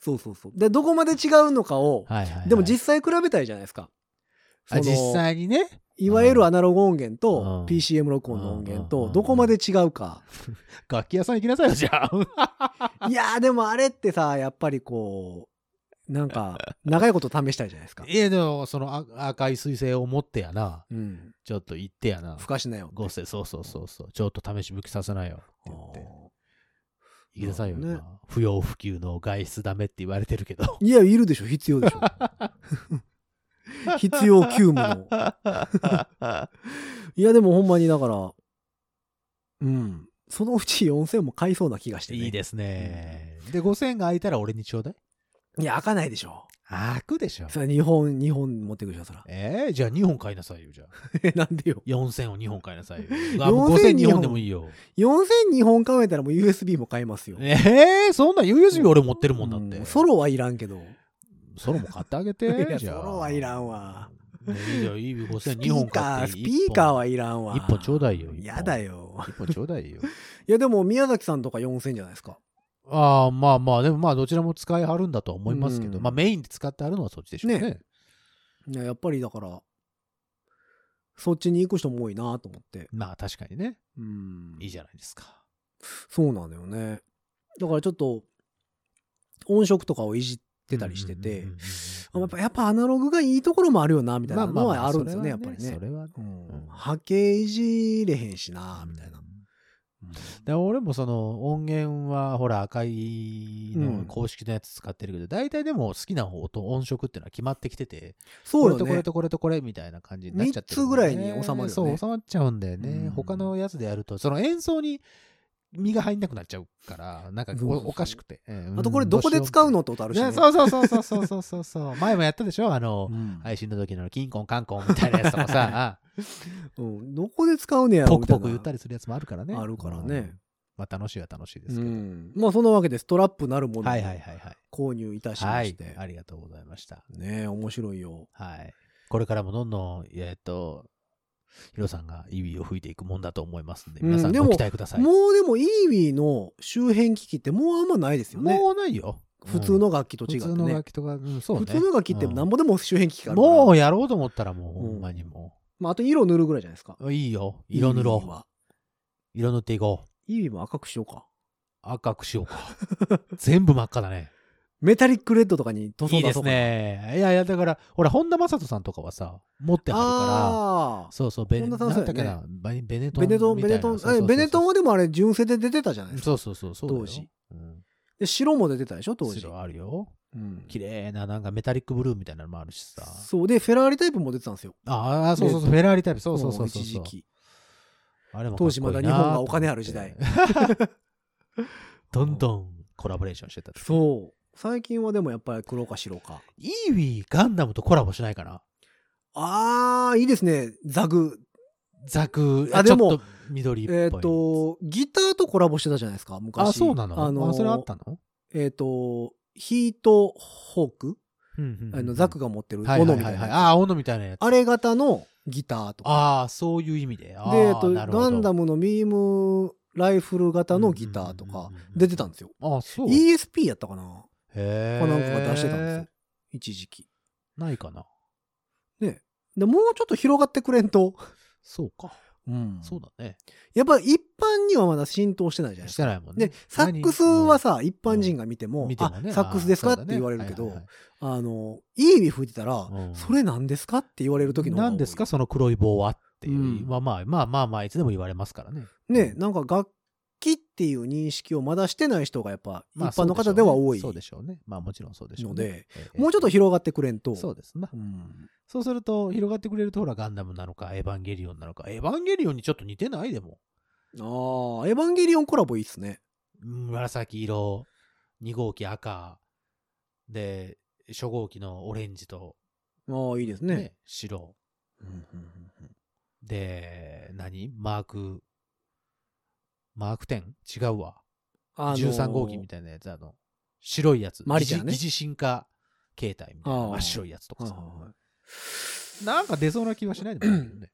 Speaker 2: そうそうそう。で、どこまで違うのかを、
Speaker 3: はいはいはい、
Speaker 2: でも実際比べたいじゃないですか。そ
Speaker 3: あ
Speaker 2: の
Speaker 3: 実際にね、
Speaker 2: いわゆるアナログ音源
Speaker 3: う
Speaker 2: と
Speaker 3: ん
Speaker 2: PCM 録音の音源
Speaker 3: うんうん
Speaker 2: と
Speaker 3: うん
Speaker 2: どこまで違う か。
Speaker 3: 楽器屋さん行きなさいよ、じゃあ。
Speaker 2: いやーでもあれってさ、やっぱりこう、なん か、長いこと試したいじゃないですか。
Speaker 3: いや、でも、そのあ赤い彗星を持ってやな、
Speaker 2: うん。
Speaker 3: ちょっと行ってやな
Speaker 2: ふ。かしなよ。
Speaker 3: 合成、そうそうそうそう、ちょっと試し向きさせないよって言って。行きなさいよ、
Speaker 2: なるほどね
Speaker 3: 今不要不急の外出ダメって言われてるけ ど。
Speaker 2: いや、いるでしょ。必要で しょ。必要急務 の。いや、でもほんまにだから、うん。そのうち4000も買いそうな気がして、ね。
Speaker 3: いいですね。で、5000円が空いたら俺にちょうだい。
Speaker 2: いや、開かないでしょ。
Speaker 3: 開くでしょ。。
Speaker 2: それ日本、日本持ってくるでしょ、そら
Speaker 3: えー、じゃあ2本買いなさいよ、じゃあ。
Speaker 2: え なんでよ。
Speaker 3: 4000を2本買いな さいよ。
Speaker 2: 4000
Speaker 3: 5000、2本でもいいよ。
Speaker 2: 4000日本買えたらもう USB も買えますよ。
Speaker 3: えー、そんなん USB 俺持ってるもんだって。
Speaker 2: うソロはいらんけど。
Speaker 3: ソロも買ってあげ
Speaker 2: いや
Speaker 3: て。じゃあ
Speaker 2: ソロはいらんわ。
Speaker 3: ねいいよ、いいよ、
Speaker 2: ス
Speaker 3: 5000、
Speaker 2: ピ
Speaker 3: 2
Speaker 2: ー
Speaker 3: 本
Speaker 2: カ
Speaker 3: 買
Speaker 2: ー、
Speaker 3: っ
Speaker 2: ス
Speaker 3: て。
Speaker 2: ピーカーはいらんわ。
Speaker 3: 1本ちょうだいよ。
Speaker 2: やだ
Speaker 3: よ。
Speaker 2: よ。
Speaker 3: 1本ちょうだいよ。
Speaker 2: いや、でも宮崎さんとか4000じゃないですか。
Speaker 3: ああ、まあまあ、でもまあ、どちらも使いはるんだとは思いますけど、
Speaker 2: うん
Speaker 3: まあメインで使ってあるのはそっちでしょうね。
Speaker 2: ねいや、やっぱりだから、そっちに行く人も多いなと思って。
Speaker 3: まあ確かにね、
Speaker 2: うん。
Speaker 3: いいじゃないですか。
Speaker 2: そうなのよね。だからちょっと、音色とかをいじってたりしてて
Speaker 3: うんうんうんうん、
Speaker 2: あやっぱやっぱアナログがいいところもあるよな、みたいなのはあるんですよね、やっぱり
Speaker 3: そ
Speaker 2: ね。
Speaker 3: れはね。
Speaker 2: うん
Speaker 3: うん
Speaker 2: 波形いじれへんしな、みたいな。
Speaker 3: で俺もその音源はほら赤い
Speaker 2: うん
Speaker 3: の公式のやつ使ってるけど、大体でも好きな音音色っていうのは決まってきてて、
Speaker 2: そうよ
Speaker 3: これとこれ
Speaker 2: ね。
Speaker 3: とこれとこれみたいな感じになっちゃってる
Speaker 2: 三
Speaker 3: もん、
Speaker 2: つぐらいに収まるよね
Speaker 3: そう収まっちゃうんだよね、
Speaker 2: うん
Speaker 3: 他のやつでやるとその演奏に身が入んなくなっちゃうからなんか
Speaker 2: そうそうそう
Speaker 3: おおかしくて、うん
Speaker 2: あとこれどこで使うのってことある
Speaker 3: どう
Speaker 2: し
Speaker 3: しよう
Speaker 2: ね
Speaker 3: みたいなね そうそうそうそうそうそうそう前もやったでしょあの、
Speaker 2: うん
Speaker 3: 配信の時のキンコンカンコンみたいなやつとかさ
Speaker 2: うんどこで使うねやろ
Speaker 3: ポ
Speaker 2: み
Speaker 3: ク
Speaker 2: たい
Speaker 3: ポ
Speaker 2: な
Speaker 3: ク言ったりするやつもあるからね
Speaker 2: あるからね
Speaker 3: うんまあ楽しいは楽しいです
Speaker 2: う
Speaker 3: けど、
Speaker 2: んまあそんなわけでストラップなるものを
Speaker 3: はいはいはいはい
Speaker 2: 購入いたし
Speaker 3: は
Speaker 2: まし
Speaker 3: い
Speaker 2: て。。
Speaker 3: ありがとうございました。
Speaker 2: ねえ、面白いよ。
Speaker 3: はい。これからもどんどん、えっと、ヒロさんが指を吹いていくもんだと思いますんで、
Speaker 2: うん
Speaker 3: 皆さん
Speaker 2: で
Speaker 3: ご
Speaker 2: も
Speaker 3: 期待ください。
Speaker 2: もうでも、イービーの周辺機器ってもうあんまないですよね。
Speaker 3: もうないよ。
Speaker 2: 普通の楽器と
Speaker 3: うん
Speaker 2: 違
Speaker 3: 普
Speaker 2: って
Speaker 3: 通の
Speaker 2: ね。
Speaker 3: 楽器とか、うんそうね。
Speaker 2: 普通の楽器ってなんぼでも周辺機器があるから、
Speaker 3: もうやろうと思ったらもう、
Speaker 2: うん
Speaker 3: ほんまにも
Speaker 2: まあ、あと色塗るぐらいじゃないですか。
Speaker 3: う。いいよ。色塗ろ
Speaker 2: イービー
Speaker 3: う。
Speaker 2: は
Speaker 3: 色塗っていこう。
Speaker 2: イービーも赤くしようか。
Speaker 3: 赤くしようか。全部真っ赤だね。
Speaker 2: メタリックレッドとかに塗
Speaker 3: い
Speaker 2: 装
Speaker 3: い
Speaker 2: 出
Speaker 3: で
Speaker 2: そう
Speaker 3: す
Speaker 2: かな。
Speaker 3: ね。いやいや、だから、ほら、本田正人さんとかはさ、持ってはるか
Speaker 2: あ
Speaker 3: ら、そうそう、ベネ
Speaker 2: 本
Speaker 3: なん
Speaker 2: 田さん
Speaker 3: だっけな、ベベネ
Speaker 2: あ。
Speaker 3: トン
Speaker 2: ベネ
Speaker 3: みたいな。
Speaker 2: トン、ベネトン、
Speaker 3: そうそうそうそう
Speaker 2: えベネトンはでもあれ、純正で出てたじゃないですか。
Speaker 3: そうそうそう、そうだよ。
Speaker 2: 当時
Speaker 3: うん。
Speaker 2: で白も出てたでしょ、当時。
Speaker 3: 白あるよ。
Speaker 2: うん
Speaker 3: 綺麗な、なんかメタリックブルーみたいなのもあるしさ。
Speaker 2: そう。で、フェラーリタイプも出てたんですよ。
Speaker 3: ああ、そうそうそう、フェラーリタイプ、そうそうそうそう。
Speaker 2: 一時期。
Speaker 3: あれもかっこい
Speaker 2: 当
Speaker 3: いな
Speaker 2: 時まだ日本がお金ある時代。
Speaker 3: どんどんコラボレーションしてた。う。
Speaker 2: そう。最近はでもやっぱり黒か白か。
Speaker 3: イーウィー、ガンダムとコラボしないかな
Speaker 2: あー、いいですね。ザグ。
Speaker 3: ザク、
Speaker 2: あ
Speaker 3: ち
Speaker 2: で
Speaker 3: ょっ
Speaker 2: も
Speaker 3: と緑っぽい。
Speaker 2: えっ、と、ギターとコラボしてたじゃないですか、昔。
Speaker 3: あ、そうなのあ
Speaker 2: あの
Speaker 3: それあったの
Speaker 2: えっ、と、ヒートホーク、あのザク
Speaker 3: が
Speaker 2: が持ってる
Speaker 3: はいは
Speaker 2: 斧
Speaker 3: い
Speaker 2: み
Speaker 3: は
Speaker 2: た
Speaker 3: い
Speaker 2: い
Speaker 3: はい。
Speaker 2: な。
Speaker 3: ああ、斧みたいなやつ。
Speaker 2: あれ型のギターとか。
Speaker 3: ああ、そういう意味で。あー
Speaker 2: で、えっと、
Speaker 3: なるほ
Speaker 2: ガ
Speaker 3: ど
Speaker 2: ンダムのビームライフル型のギターとか
Speaker 3: うんうんうんうんうん
Speaker 2: 出てたんですよ。
Speaker 3: ああ、そう。へ
Speaker 2: ESP やったかな
Speaker 3: え。
Speaker 2: かなんかが出してたんですよ。。一時期。
Speaker 3: ないかな。
Speaker 2: で、もうちょっと広がってくれんと。
Speaker 3: そうか。
Speaker 2: うん
Speaker 3: そうだね。
Speaker 2: やっぱ一般にはまだ浸透してないじゃないで
Speaker 3: し
Speaker 2: すか。
Speaker 3: てないもんね
Speaker 2: で。、サックスは
Speaker 3: 何、
Speaker 2: さ、一般人が見ても
Speaker 3: 見、ても
Speaker 2: あ
Speaker 3: ね、
Speaker 2: サックスですか
Speaker 3: あ
Speaker 2: っ
Speaker 3: ー
Speaker 2: て言われるけ
Speaker 3: そうだ
Speaker 2: ど
Speaker 3: ね、
Speaker 2: あの、いい指吹いてたら
Speaker 3: う、ん
Speaker 2: それなんですかって言われる時の方が多い。
Speaker 3: 何ですかその黒い棒はっていう、
Speaker 2: うん
Speaker 3: まあまあまあまあまあいつでも言われますからね。
Speaker 2: ね、なんか楽器っていう認識をまだしてない人がやっぱ一
Speaker 3: まあ
Speaker 2: 般の方では多い
Speaker 3: そうで
Speaker 2: の
Speaker 3: しょうね。そうでしょうねまあもちろんそうでしょう、ね。
Speaker 2: で、
Speaker 3: ええ
Speaker 2: もうちょっと広がってくれんと。
Speaker 3: そうですな
Speaker 2: う。ん
Speaker 3: そうすると広がってくれるとほらガンダムなのかエヴァンゲリオンなのかエヴァンゲリオンにちょっと似てないでも
Speaker 2: ああ、エヴァンゲリオンコラボいいっすね。
Speaker 3: うん紫色2号機赤で初号機のオレンジと、
Speaker 2: ああ、いいです
Speaker 3: ね
Speaker 2: ね。
Speaker 3: 白
Speaker 2: うんうんうんうん
Speaker 3: で何マークマーク10違うわ、
Speaker 2: あのー
Speaker 3: 13号機みたいなやつあの白いやつ
Speaker 2: マリちゃんね
Speaker 3: 疑似疑似進化形態みたいな
Speaker 2: あー
Speaker 3: 真っ白いやつとかさ
Speaker 2: はいはいはい
Speaker 3: なんか出そうな気はしないでもないけどね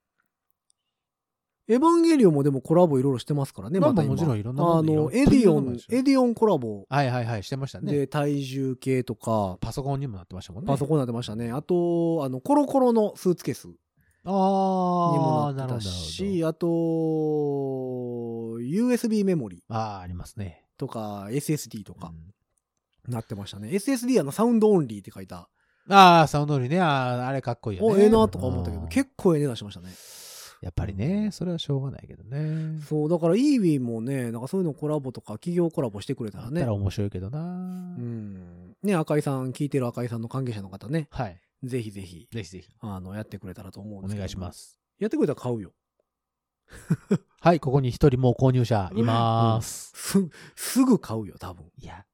Speaker 2: エヴァンゲリオンもでもコラボいろいろしてますからね、
Speaker 3: まあ
Speaker 2: また今
Speaker 3: もちろんいろんなも
Speaker 2: あ
Speaker 3: のいろん
Speaker 2: の、
Speaker 3: な
Speaker 2: エディオ
Speaker 3: もの
Speaker 2: ン
Speaker 3: でし、ょ
Speaker 2: エディオンコラボ
Speaker 3: はいはいはいしてましたね
Speaker 2: で体重計とか、
Speaker 3: パソコンにもなってましたもんね。
Speaker 2: パソコンになってましたね。あと、あの、コロコロのスーツケースに
Speaker 3: あ
Speaker 2: も
Speaker 3: あ、
Speaker 2: な
Speaker 3: な
Speaker 2: っ
Speaker 3: る
Speaker 2: てた
Speaker 3: ほど。なるほ
Speaker 2: し、あと、USB メモリ
Speaker 3: どああ、ありますね。
Speaker 2: とか SSD とか
Speaker 3: うん
Speaker 2: なってましたね。SSD あのサウンドオンリーって書いた。
Speaker 3: ああ、サウンドにね、あああれかっこいいよ
Speaker 2: お、
Speaker 3: ね。
Speaker 2: ええなとか思ったけ
Speaker 3: う
Speaker 2: ど、
Speaker 3: ん
Speaker 2: 結構ええ値段しましたね。
Speaker 3: やっぱりね、それはしょうがないけどね。
Speaker 2: そう、だから EWE もね、なんかそういうのコラボとか企業コラボしてくれた
Speaker 3: あ
Speaker 2: ら
Speaker 3: っ
Speaker 2: ね
Speaker 3: たら。面白いけどな。
Speaker 2: うん。ね、赤井さん、聞いてる赤井さんの関係者の方ね、
Speaker 3: はい。
Speaker 2: ぜひぜひ、
Speaker 3: ぜひぜひ、
Speaker 2: あの、やってくれたらと思うん
Speaker 3: お
Speaker 2: ですけど
Speaker 3: 願いします。
Speaker 2: やってくれたら買うよ。
Speaker 3: はい、ここに一人もう購入者います。
Speaker 2: す、すぐ買うよ、多分。
Speaker 3: いや、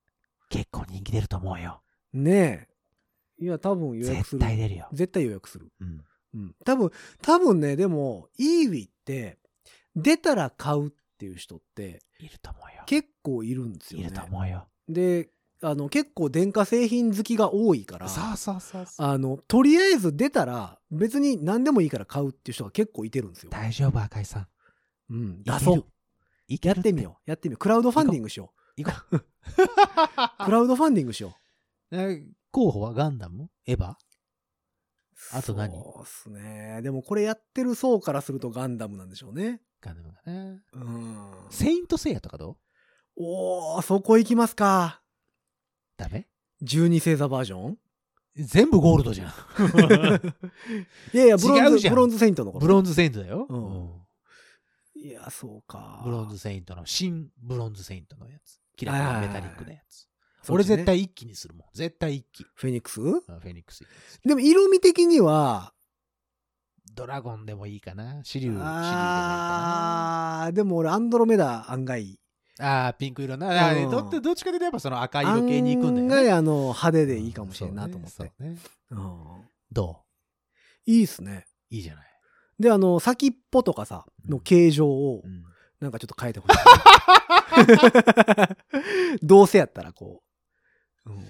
Speaker 3: 結構人気出ると思うよ。
Speaker 2: ねえ。いや、多分予約す
Speaker 3: 絶
Speaker 2: る。
Speaker 3: 対出るよ。
Speaker 2: 絶対予約する。
Speaker 3: うん。
Speaker 2: うん。多分、多分ね、でも、EWE って、出たら買うっていう人って、
Speaker 3: いると思うよ。
Speaker 2: 結構いるんですよ
Speaker 3: い
Speaker 2: ね。
Speaker 3: ると思うよ。
Speaker 2: で、あの、結構電化製品好きが多いから、
Speaker 3: さあさあさあさあ。
Speaker 2: あの、とりあえず出たら、別に何でもいいから買うっていう人が結構いてるんですよ。
Speaker 3: 大丈夫、赤井さん。
Speaker 2: うん、
Speaker 3: いけ
Speaker 2: 出
Speaker 3: る
Speaker 2: そう。
Speaker 3: いけ
Speaker 2: や
Speaker 3: る
Speaker 2: っ
Speaker 3: って
Speaker 2: みよう。やってみよう。クラウドファンディングしよ
Speaker 3: う。行こう。
Speaker 2: う。クラウドファンディングしよ
Speaker 3: え候補はガンダムエヴァ
Speaker 2: う。
Speaker 3: あと何
Speaker 2: そうっすね。でもこれやってる層からするとガンダムなんでしょうね。
Speaker 3: ガンダムがね。
Speaker 2: うん。
Speaker 3: セイントセイヤとかどう
Speaker 2: おー、そこ行きますか。
Speaker 3: ダメ
Speaker 2: 12星座バージョン
Speaker 3: 全部ゴールド じゃん。
Speaker 2: いやいや、ブロ
Speaker 3: 違
Speaker 2: ン
Speaker 3: う
Speaker 2: ズ、
Speaker 3: じゃん
Speaker 2: ブロンズセイントの
Speaker 3: ブ
Speaker 2: 頃。
Speaker 3: ロンズセイントだよ。
Speaker 2: うん
Speaker 3: うん
Speaker 2: いや、そうか。
Speaker 3: ブロンズセイントの、新ブロンズセイントのやつ。キラキ
Speaker 2: はいは
Speaker 3: ラ
Speaker 2: いはい
Speaker 3: メタリックのやつ。
Speaker 2: そう
Speaker 3: 俺
Speaker 2: ですね
Speaker 3: 絶。対一気にするもん。絶対一気。
Speaker 2: フェニックス
Speaker 3: うんフェニックス一気にする
Speaker 2: でも色味的には、
Speaker 3: ドラゴンでもいいかな。シリュウ、シリュウでもいいか
Speaker 2: あー、でも俺アンドロメダ案外。
Speaker 3: な。あー、ピンク色な。あー
Speaker 2: うん
Speaker 3: どってどっちかというとやっぱその赤色系に行くん
Speaker 2: 案
Speaker 3: だよ
Speaker 2: 外
Speaker 3: ね。
Speaker 2: あの、派手でいいかもしれんなと思っ
Speaker 3: そう
Speaker 2: て
Speaker 3: ね。そう
Speaker 2: う
Speaker 3: ね
Speaker 2: ん
Speaker 3: ど
Speaker 2: いいっすね。
Speaker 3: ういいじゃない。
Speaker 2: で、あの、先っぽとかさ、の形状を
Speaker 3: う、ん
Speaker 2: なんかちょっと変えてほし い。どうせやったらこう。うん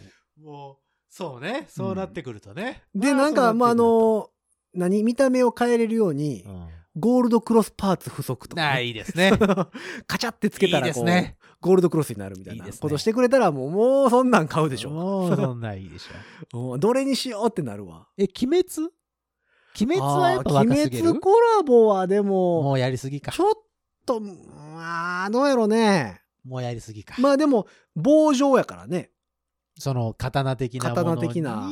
Speaker 3: もう、そうね。そうなってくるとね。
Speaker 2: で、なんか、まあ、あ、の、何見た目を変えれるように、
Speaker 3: そうなってくる
Speaker 2: ゴールドクロスパーツ不足
Speaker 3: と
Speaker 2: と
Speaker 3: うん、あ
Speaker 2: か、
Speaker 3: あ、いいです ね。
Speaker 2: カチャってつけたら
Speaker 3: いいで
Speaker 2: こ
Speaker 3: す
Speaker 2: う、
Speaker 3: ね
Speaker 2: ゴールドクロスになるみたい
Speaker 3: いい
Speaker 2: な
Speaker 3: ですね
Speaker 2: ことしてくれたら、もう、もうそんなん買うでしょ。
Speaker 3: もう、そんなんいいでしょ。
Speaker 2: うんどれにしようってなるわ。
Speaker 3: え、鬼滅鬼滅はやっぱ
Speaker 2: あー
Speaker 3: 若すぎ
Speaker 2: 鬼滅
Speaker 3: る
Speaker 2: コラボはでも、
Speaker 3: もうやりすぎか
Speaker 2: ち。ょっと、まあー、どうやろうね。
Speaker 3: もうやりすぎか。
Speaker 2: まあでも、棒状やからね。
Speaker 3: その、刀的なものに。
Speaker 2: 刀的な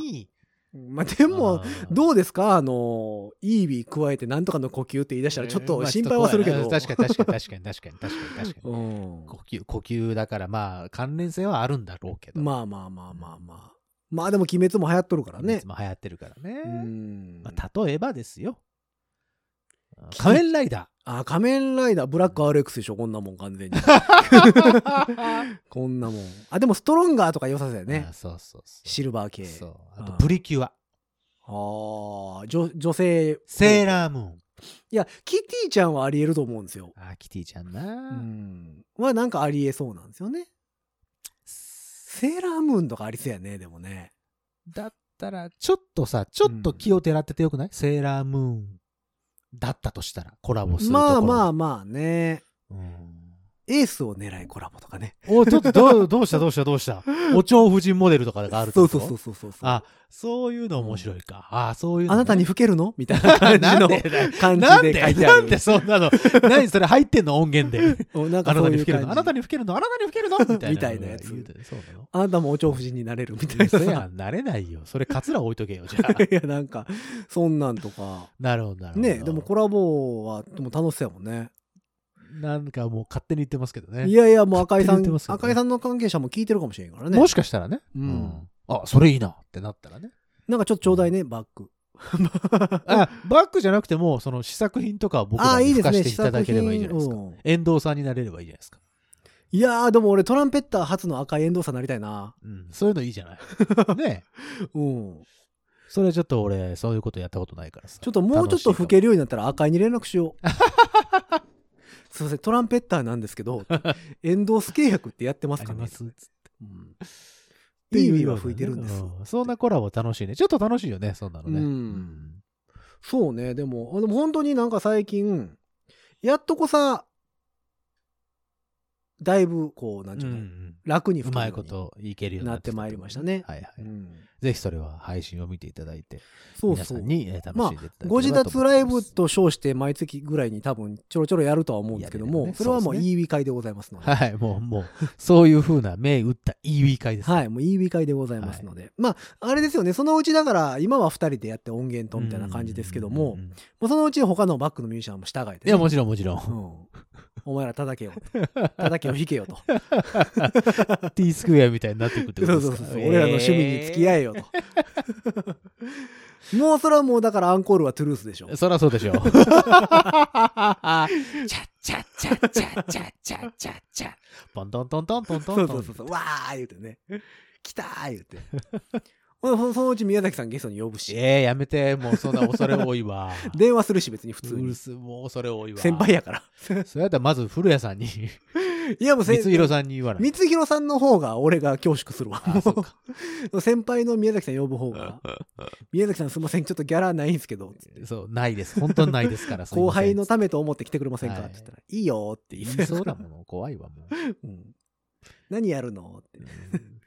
Speaker 2: まあでも、
Speaker 3: うん、
Speaker 2: どうですかあの、イービー加えてなんとかの呼吸って言い出したらちょっ
Speaker 3: えー
Speaker 2: と
Speaker 3: まあ
Speaker 2: 心配はするけど。
Speaker 3: ちょっと怖い確かに確かに確かに確かに確かに 確かに。
Speaker 2: うん
Speaker 3: 呼吸、呼吸だからまあ関連性はあるんだろうけど。あ、
Speaker 2: まあまあまあまあまあ。まあでも鬼滅も流行っとるから
Speaker 3: ね。い
Speaker 2: ね
Speaker 3: つ。も流行ってるからね。
Speaker 2: うん
Speaker 3: まあ、例えばですよ。
Speaker 2: き
Speaker 3: 仮面ライダ
Speaker 2: あ、仮面ライダー、ブラック RX でしょ、こんなもん完 全に。
Speaker 3: ー。
Speaker 2: こんなもん。あ、でもストロンガーとか良さそうやね
Speaker 3: あ。そうそうそう。
Speaker 2: シルバー系。
Speaker 3: そ
Speaker 2: あ
Speaker 3: う。あと
Speaker 2: うん
Speaker 3: プリキュア。
Speaker 2: あ、女女性。
Speaker 3: セーラームーン。
Speaker 2: いや、キティちゃんはありえると思うんですよ。
Speaker 3: あー、キティちゃん
Speaker 2: う
Speaker 3: な。
Speaker 2: ん。はなんかありえそうなんですよね。セーラームーンとかありそうやね、でもね。
Speaker 3: だったら、ちょっとさ、ちょっと気をてらっててよくない、セーラームーンだったとしたら、コラボするとこ
Speaker 2: まあ
Speaker 3: ろ。
Speaker 2: ま
Speaker 3: あ。
Speaker 2: あまあね。
Speaker 3: うん
Speaker 2: エースを狙いコラボとかね。
Speaker 3: おちょっとどう、どうしたどうしたどうしたお蝶夫人モデルとかがあるって
Speaker 2: そ
Speaker 3: こ
Speaker 2: う
Speaker 3: と
Speaker 2: そうそうそうそう。
Speaker 3: あ、そういうの面白いか。あそういうの
Speaker 2: あ
Speaker 3: ね、
Speaker 2: なたに老けるのみたいな感じ
Speaker 3: なん
Speaker 2: の
Speaker 3: でだよ
Speaker 2: 感じ
Speaker 3: なん
Speaker 2: で
Speaker 3: で
Speaker 2: 書いてあ
Speaker 3: な
Speaker 2: る。
Speaker 3: んでそんなの何それ入ってんの音 源で。
Speaker 2: おなん
Speaker 3: あ
Speaker 2: か
Speaker 3: な
Speaker 2: そ
Speaker 3: た
Speaker 2: う
Speaker 3: に
Speaker 2: い
Speaker 3: 吹
Speaker 2: う
Speaker 3: けるのあ
Speaker 2: 感
Speaker 3: なた
Speaker 2: じ。
Speaker 3: に吹けるのあなたに吹けるのみたいな。
Speaker 2: みたいなやつ
Speaker 3: 言うてそうなの
Speaker 2: あなたもお調夫人になれるみたいな。
Speaker 3: そんなんなれないよ。それカツラ置いとけよ、じゃあ。
Speaker 2: いや、なんか、そんなんとか。
Speaker 3: なるほど、なるほど。
Speaker 2: ねでもコラボは、でも楽しそうやもんね。
Speaker 3: なんかもう勝手に言ってますけどね。
Speaker 2: いやいや、もう赤井さ
Speaker 3: 勝手に言っ
Speaker 2: ん、
Speaker 3: てますよね
Speaker 2: 赤井さんの関係者も聞いてるかもしれんからね
Speaker 3: も。しかしたらね。
Speaker 2: うん
Speaker 3: あ、それいいなってなったら ね。
Speaker 2: なんかちょっとちょうだいね、バッグ。
Speaker 3: あ、バックじゃなくても、その試作品とかを僕
Speaker 2: あ
Speaker 3: ら
Speaker 2: あ、い
Speaker 3: に
Speaker 2: いで
Speaker 3: 付
Speaker 2: すね、
Speaker 3: かしてい
Speaker 2: 試
Speaker 3: た
Speaker 2: 作
Speaker 3: だければいいじ
Speaker 2: 品。
Speaker 3: ゃないですか。
Speaker 2: うん
Speaker 3: 遠藤さんになれればいいじゃないですか。
Speaker 2: いやー、でも俺トランペッター初の赤い遠藤さんになりたいな。
Speaker 3: うん。そういうのいいじゃない。 ね
Speaker 2: うん。
Speaker 3: それはちょっと俺、そういうことやったことないからさ。
Speaker 2: ちょっともうちょっと老けるようになったら赤井に連絡しよ う。すいません、トランペッターなんですけ ど、遠藤ス契約ってやってます
Speaker 3: あ
Speaker 2: か
Speaker 3: り
Speaker 2: ね
Speaker 3: ます。
Speaker 2: うんいい意味は吹いてるんです。
Speaker 3: うそんなコラボ楽しいね。ちょっと楽しいよね、そんなのね。
Speaker 2: うん
Speaker 3: うん
Speaker 2: そうね、でも、あでも本当になんか最近、やっとこさ、だいぶこう、なんち
Speaker 3: う
Speaker 2: ゅうの、
Speaker 3: ん
Speaker 2: 楽に
Speaker 3: う
Speaker 2: 吹ける
Speaker 3: ま
Speaker 2: よう
Speaker 3: い
Speaker 2: に
Speaker 3: こといけるようにき
Speaker 2: なってまいりましたね
Speaker 3: はいは
Speaker 2: う
Speaker 3: い。
Speaker 2: ん
Speaker 3: ぜひそれは配信を見ていただいて、
Speaker 2: そう
Speaker 3: 皆さ。
Speaker 2: そうん
Speaker 3: にえー楽しんでいただければと思
Speaker 2: ご
Speaker 3: い
Speaker 2: 自
Speaker 3: ます
Speaker 2: 立ライブと称して毎月ぐらいに多分ちょろちょろやるとは思うんですけども、
Speaker 3: やれるよね
Speaker 2: それはも
Speaker 3: そううですね
Speaker 2: いい理解でございますので。
Speaker 3: はい、もう、もう、そういう風な銘打ったいい言い会です。
Speaker 2: はい、もういい理解でございますので。まあ、あれですよね、そのうちだから、今は2人でやって音源とみたいな感じですけども、
Speaker 3: うんうんうんうん。
Speaker 2: もうそのうち他のバックのミュージシャンも従えて、ね。
Speaker 3: いや、もちろん、もちろ。
Speaker 2: うんん。お前ら叩けよ。叩けよ、弾け よと。
Speaker 3: T スクエアみたいになっていくってこ
Speaker 2: そ
Speaker 3: と
Speaker 2: う
Speaker 3: です
Speaker 2: そ
Speaker 3: か
Speaker 2: うそう。俺らの趣味に付き合
Speaker 3: え
Speaker 2: えよと。 もうそれはもうだからアンコールはトゥルースでしょ
Speaker 3: ー。そらそうでしょう。 チャチャチャチャチャチャチャチャ。ポントントントントント
Speaker 2: そ
Speaker 3: ン
Speaker 2: う
Speaker 3: ト
Speaker 2: そ
Speaker 3: ン
Speaker 2: うそうそう。わー言うてね。来たー言うて。 ほんでそそのうち宮崎さんゲストに呼ぶし、
Speaker 3: ええやめて。もうそんな恐れ多いわ。
Speaker 2: 電話するし 別に普
Speaker 3: う
Speaker 2: 通
Speaker 3: る
Speaker 2: に。
Speaker 3: す、もう恐れ多いわ。
Speaker 2: 先輩やから。
Speaker 3: それやったらまず古谷さんに、
Speaker 2: いやもう
Speaker 3: 光
Speaker 2: 先
Speaker 3: 弘さんに言わない。
Speaker 2: 光弘さんの方が俺が恐縮するわ。
Speaker 3: あそうか
Speaker 2: 先輩の宮崎さん呼ぶ方が。宮崎さんすいません、ちょっとギャラないんすけど。つって
Speaker 3: そう、ないです。本当にないですから。すいません
Speaker 2: 後輩のためと思って来てくれませんか、
Speaker 3: はい
Speaker 2: って言ったら、いいよーって言
Speaker 3: 言
Speaker 2: っ
Speaker 3: い
Speaker 2: て
Speaker 3: そうだもの。怖いわ、もう。
Speaker 2: うん何やるのって。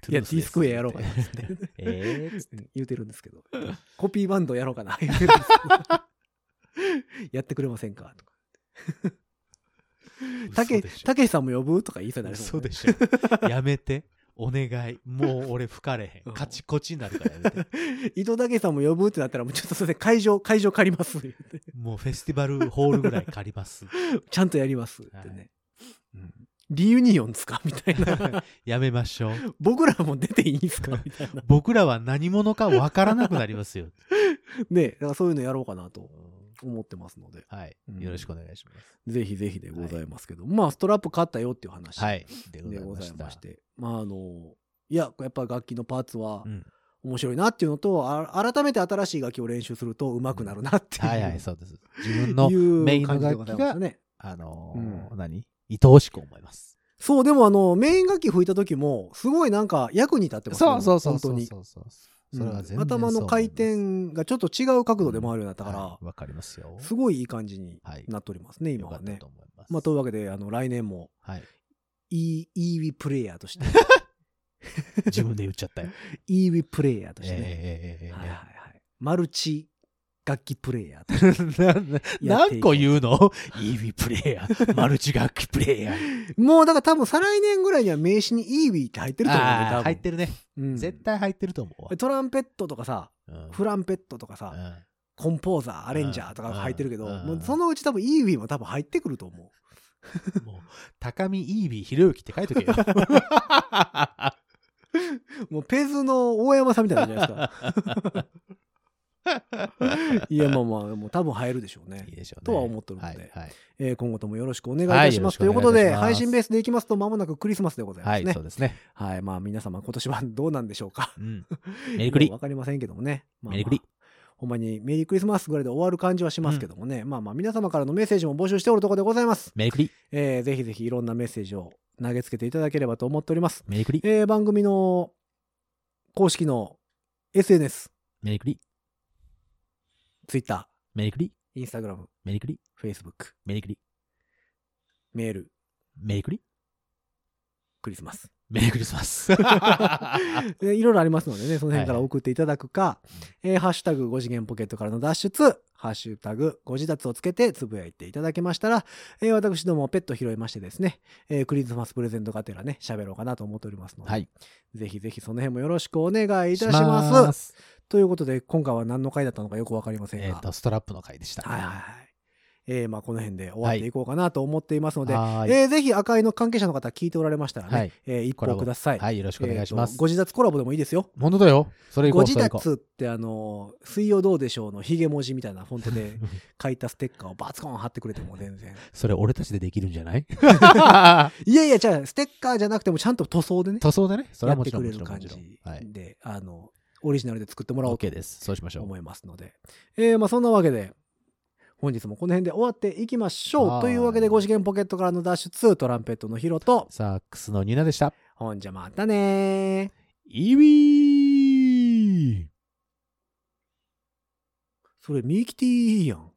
Speaker 3: い
Speaker 2: いや、T スクエアやろうかなつって
Speaker 3: ええ
Speaker 2: 言うてるんですけど。コピーバンドやろうかな言うてるんですけどやってくれませんかとか。たけ、たけしさんも呼ぶとか言いそうになりそ
Speaker 3: 嘘
Speaker 2: う、ね
Speaker 3: で。しょ。やめて。お願い。もう俺吹かれへ。
Speaker 2: うんん
Speaker 3: カチコチになるからやめて。
Speaker 2: 伊藤たけしさんも呼ぶってなったら、もうちょっとすいません、会場、会場借ります。言うて
Speaker 3: もうフェスティバルホールぐらい借り ます。
Speaker 2: ちゃんとやりますってね。うんリユニオンですかみた いな。
Speaker 3: やめましょう。
Speaker 2: 僕らも出ていいんです かみたいな。
Speaker 3: 僕らは何者かわからなくなりますよ。
Speaker 2: ねだからそういうのやろうかなと思ってますので、
Speaker 3: はい。
Speaker 2: うん
Speaker 3: よろしくお願いします。
Speaker 2: ぜひぜひでございますけど、まあ、ストラップ買ったよっていう話。
Speaker 3: はい。で
Speaker 2: でご
Speaker 3: ござ
Speaker 2: ざ
Speaker 3: い
Speaker 2: い
Speaker 3: ま
Speaker 2: まし
Speaker 3: し。
Speaker 2: たてまああのいややっぱ楽器のパーツは
Speaker 3: うん
Speaker 2: 面白いなっていうのとあ改めて新しい楽器を練習すると上手くなるなっていう、
Speaker 3: はいはい、そうです。自分の
Speaker 2: いう
Speaker 3: メインの
Speaker 2: 感じで
Speaker 3: 楽
Speaker 2: ご
Speaker 3: 器
Speaker 2: ざいま
Speaker 3: が
Speaker 2: す、ね
Speaker 3: あのー、何愛おしく思います。
Speaker 2: そう、でもあの、メイン楽器吹いた時も、すごいなんか役に立ってますね。
Speaker 3: そうそうそう
Speaker 2: 本当
Speaker 3: そう
Speaker 2: に。
Speaker 3: そうそう
Speaker 2: う
Speaker 3: それは全然
Speaker 2: ん頭の回転がちょっと違う角度で回るようになった
Speaker 3: だ
Speaker 2: から、
Speaker 3: わかりますよ
Speaker 2: すごいいい感じに
Speaker 3: はい
Speaker 2: なっておりますね、今
Speaker 3: よか
Speaker 2: は
Speaker 3: った
Speaker 2: ね
Speaker 3: と。思います
Speaker 2: まあ、というわけで、あの、来年も、
Speaker 3: はい
Speaker 2: e、EV プレイヤーと して、
Speaker 3: 自分で言っちゃったよ
Speaker 2: EV プレイヤーとしてね。
Speaker 3: ええええええ
Speaker 2: はいはいはい。マルチ楽器プレイヤーと
Speaker 3: なな
Speaker 2: やって
Speaker 3: 何
Speaker 2: い
Speaker 3: 個
Speaker 2: こう
Speaker 3: 言うの ?EV プレイヤー、 マルチ楽器プレイヤー。
Speaker 2: もうだから多分再来年ぐらいには名刺に EV って入ってると思うんだよ、多
Speaker 3: あ
Speaker 2: 分
Speaker 3: ー入ってるね。
Speaker 2: うん
Speaker 3: 絶対入ってると思うわ。
Speaker 2: トランペットとかさ、
Speaker 3: うん
Speaker 2: フランペットとかさ、
Speaker 3: うん
Speaker 2: コンポーザー、アレンジャーとか入ってるけど、
Speaker 3: うん
Speaker 2: もうそのうち多分 EV も多分入ってくると思
Speaker 3: もう、高見 EV ひろゆきって書いとけ よ。
Speaker 2: う。もうペズの大山さんみたいなんじゃないですか。いや、まあまあ、もう多分入るでしょうね
Speaker 3: いい。でしょうね。
Speaker 2: とは思ってるので
Speaker 3: はいはい
Speaker 2: えー今後ともよろしくお願いい
Speaker 3: は
Speaker 2: た
Speaker 3: い
Speaker 2: します。と
Speaker 3: よ
Speaker 2: い
Speaker 3: ろ
Speaker 2: う
Speaker 3: し
Speaker 2: こ
Speaker 3: くお願
Speaker 2: とで、
Speaker 3: いいたします
Speaker 2: 配信ベースでいきますと、まもなくクリスマスでございま
Speaker 3: は
Speaker 2: す
Speaker 3: い、
Speaker 2: ね
Speaker 3: そ。うですね。
Speaker 2: はい、まあ皆様今年はどうなんでしょうか。
Speaker 3: うんメリクリ
Speaker 2: もう。わかりませんけどもね。まあまあ
Speaker 3: メリクリ。
Speaker 2: ほんまにメリークリスマスぐらいで終わる感じはしますけどもね。まあまあ皆様からのメッセージも募集しておるところでございます。
Speaker 3: メリクリ。
Speaker 2: えーぜひぜひいろんなメッセージを投げつけていただければと思っております。
Speaker 3: メリクリ。
Speaker 2: えー番組の公式の SNS、
Speaker 3: メリクリ。
Speaker 2: Twitter、
Speaker 3: メリクリ。
Speaker 2: Instagram、
Speaker 3: メリクリ。
Speaker 2: Facebook、
Speaker 3: メリクリ。
Speaker 2: メール、
Speaker 3: メリクリ。
Speaker 2: クリスマス。
Speaker 3: メリークリス マス。
Speaker 2: でいろいろありますのでね、その辺から送っていただくか、えーハッシュタグ5次元ポケットからの脱出、ハッシュタグ5次脱をつけてつぶやいていただけましたら、えー私どもペット拾いましてですね、えークリスマスプレゼントがてらね、喋ろうかなと思っておりますので、
Speaker 3: はい。
Speaker 2: ぜひぜひその辺もよろしくお願いいたします。
Speaker 3: まーす。
Speaker 2: ということで、今回は何の回だったのかよくわかりませんが、
Speaker 3: えっと、ストラップの回でした。
Speaker 2: はいはいはい。えーまあこの辺で終わっていこうかなと思っていますので、
Speaker 3: はーい
Speaker 2: えーぜひ赤井の関係者の方聞いておられましたらね、
Speaker 3: はい
Speaker 2: えー一
Speaker 3: コラ
Speaker 2: 報
Speaker 3: ボ
Speaker 2: ください。
Speaker 3: はい、よろしくお願いしま
Speaker 2: えー
Speaker 3: す
Speaker 2: と。ご自立コラボでもいいですよ。
Speaker 3: 本当だよ。それ行こ
Speaker 2: ご
Speaker 3: う、
Speaker 2: 自
Speaker 3: それ行こう。
Speaker 2: 立ってあのー、水曜どうでしょうのヒゲ文字みたいなフォント で書いたステッカーをバツコーン貼ってくれても全然。
Speaker 3: それ俺たちでできるんじゃない
Speaker 2: いやいや、じゃあステッカーじゃなくてもちゃんと塗装でね、
Speaker 3: 塗装でね。それ
Speaker 2: や
Speaker 3: は
Speaker 2: っ
Speaker 3: も
Speaker 2: て
Speaker 3: ちろ
Speaker 2: くれ
Speaker 3: ん、もち
Speaker 2: る
Speaker 3: ろん、も
Speaker 2: 感
Speaker 3: ち
Speaker 2: じ
Speaker 3: ろん。はい。
Speaker 2: で、あの、オリジナルで作ってもらおうと
Speaker 3: OK です。そうしましょう。
Speaker 2: 思いますので。えーまあそんなわけで、本日もこの辺で終わっていきましょ
Speaker 3: は
Speaker 2: う。
Speaker 3: い
Speaker 2: というわけで、5次元ポケットからの脱出、トランペットのヒロと、
Speaker 3: サックスのニナでした。
Speaker 2: ほんじゃまたねー。
Speaker 3: イビー
Speaker 2: それ、ミキティやん。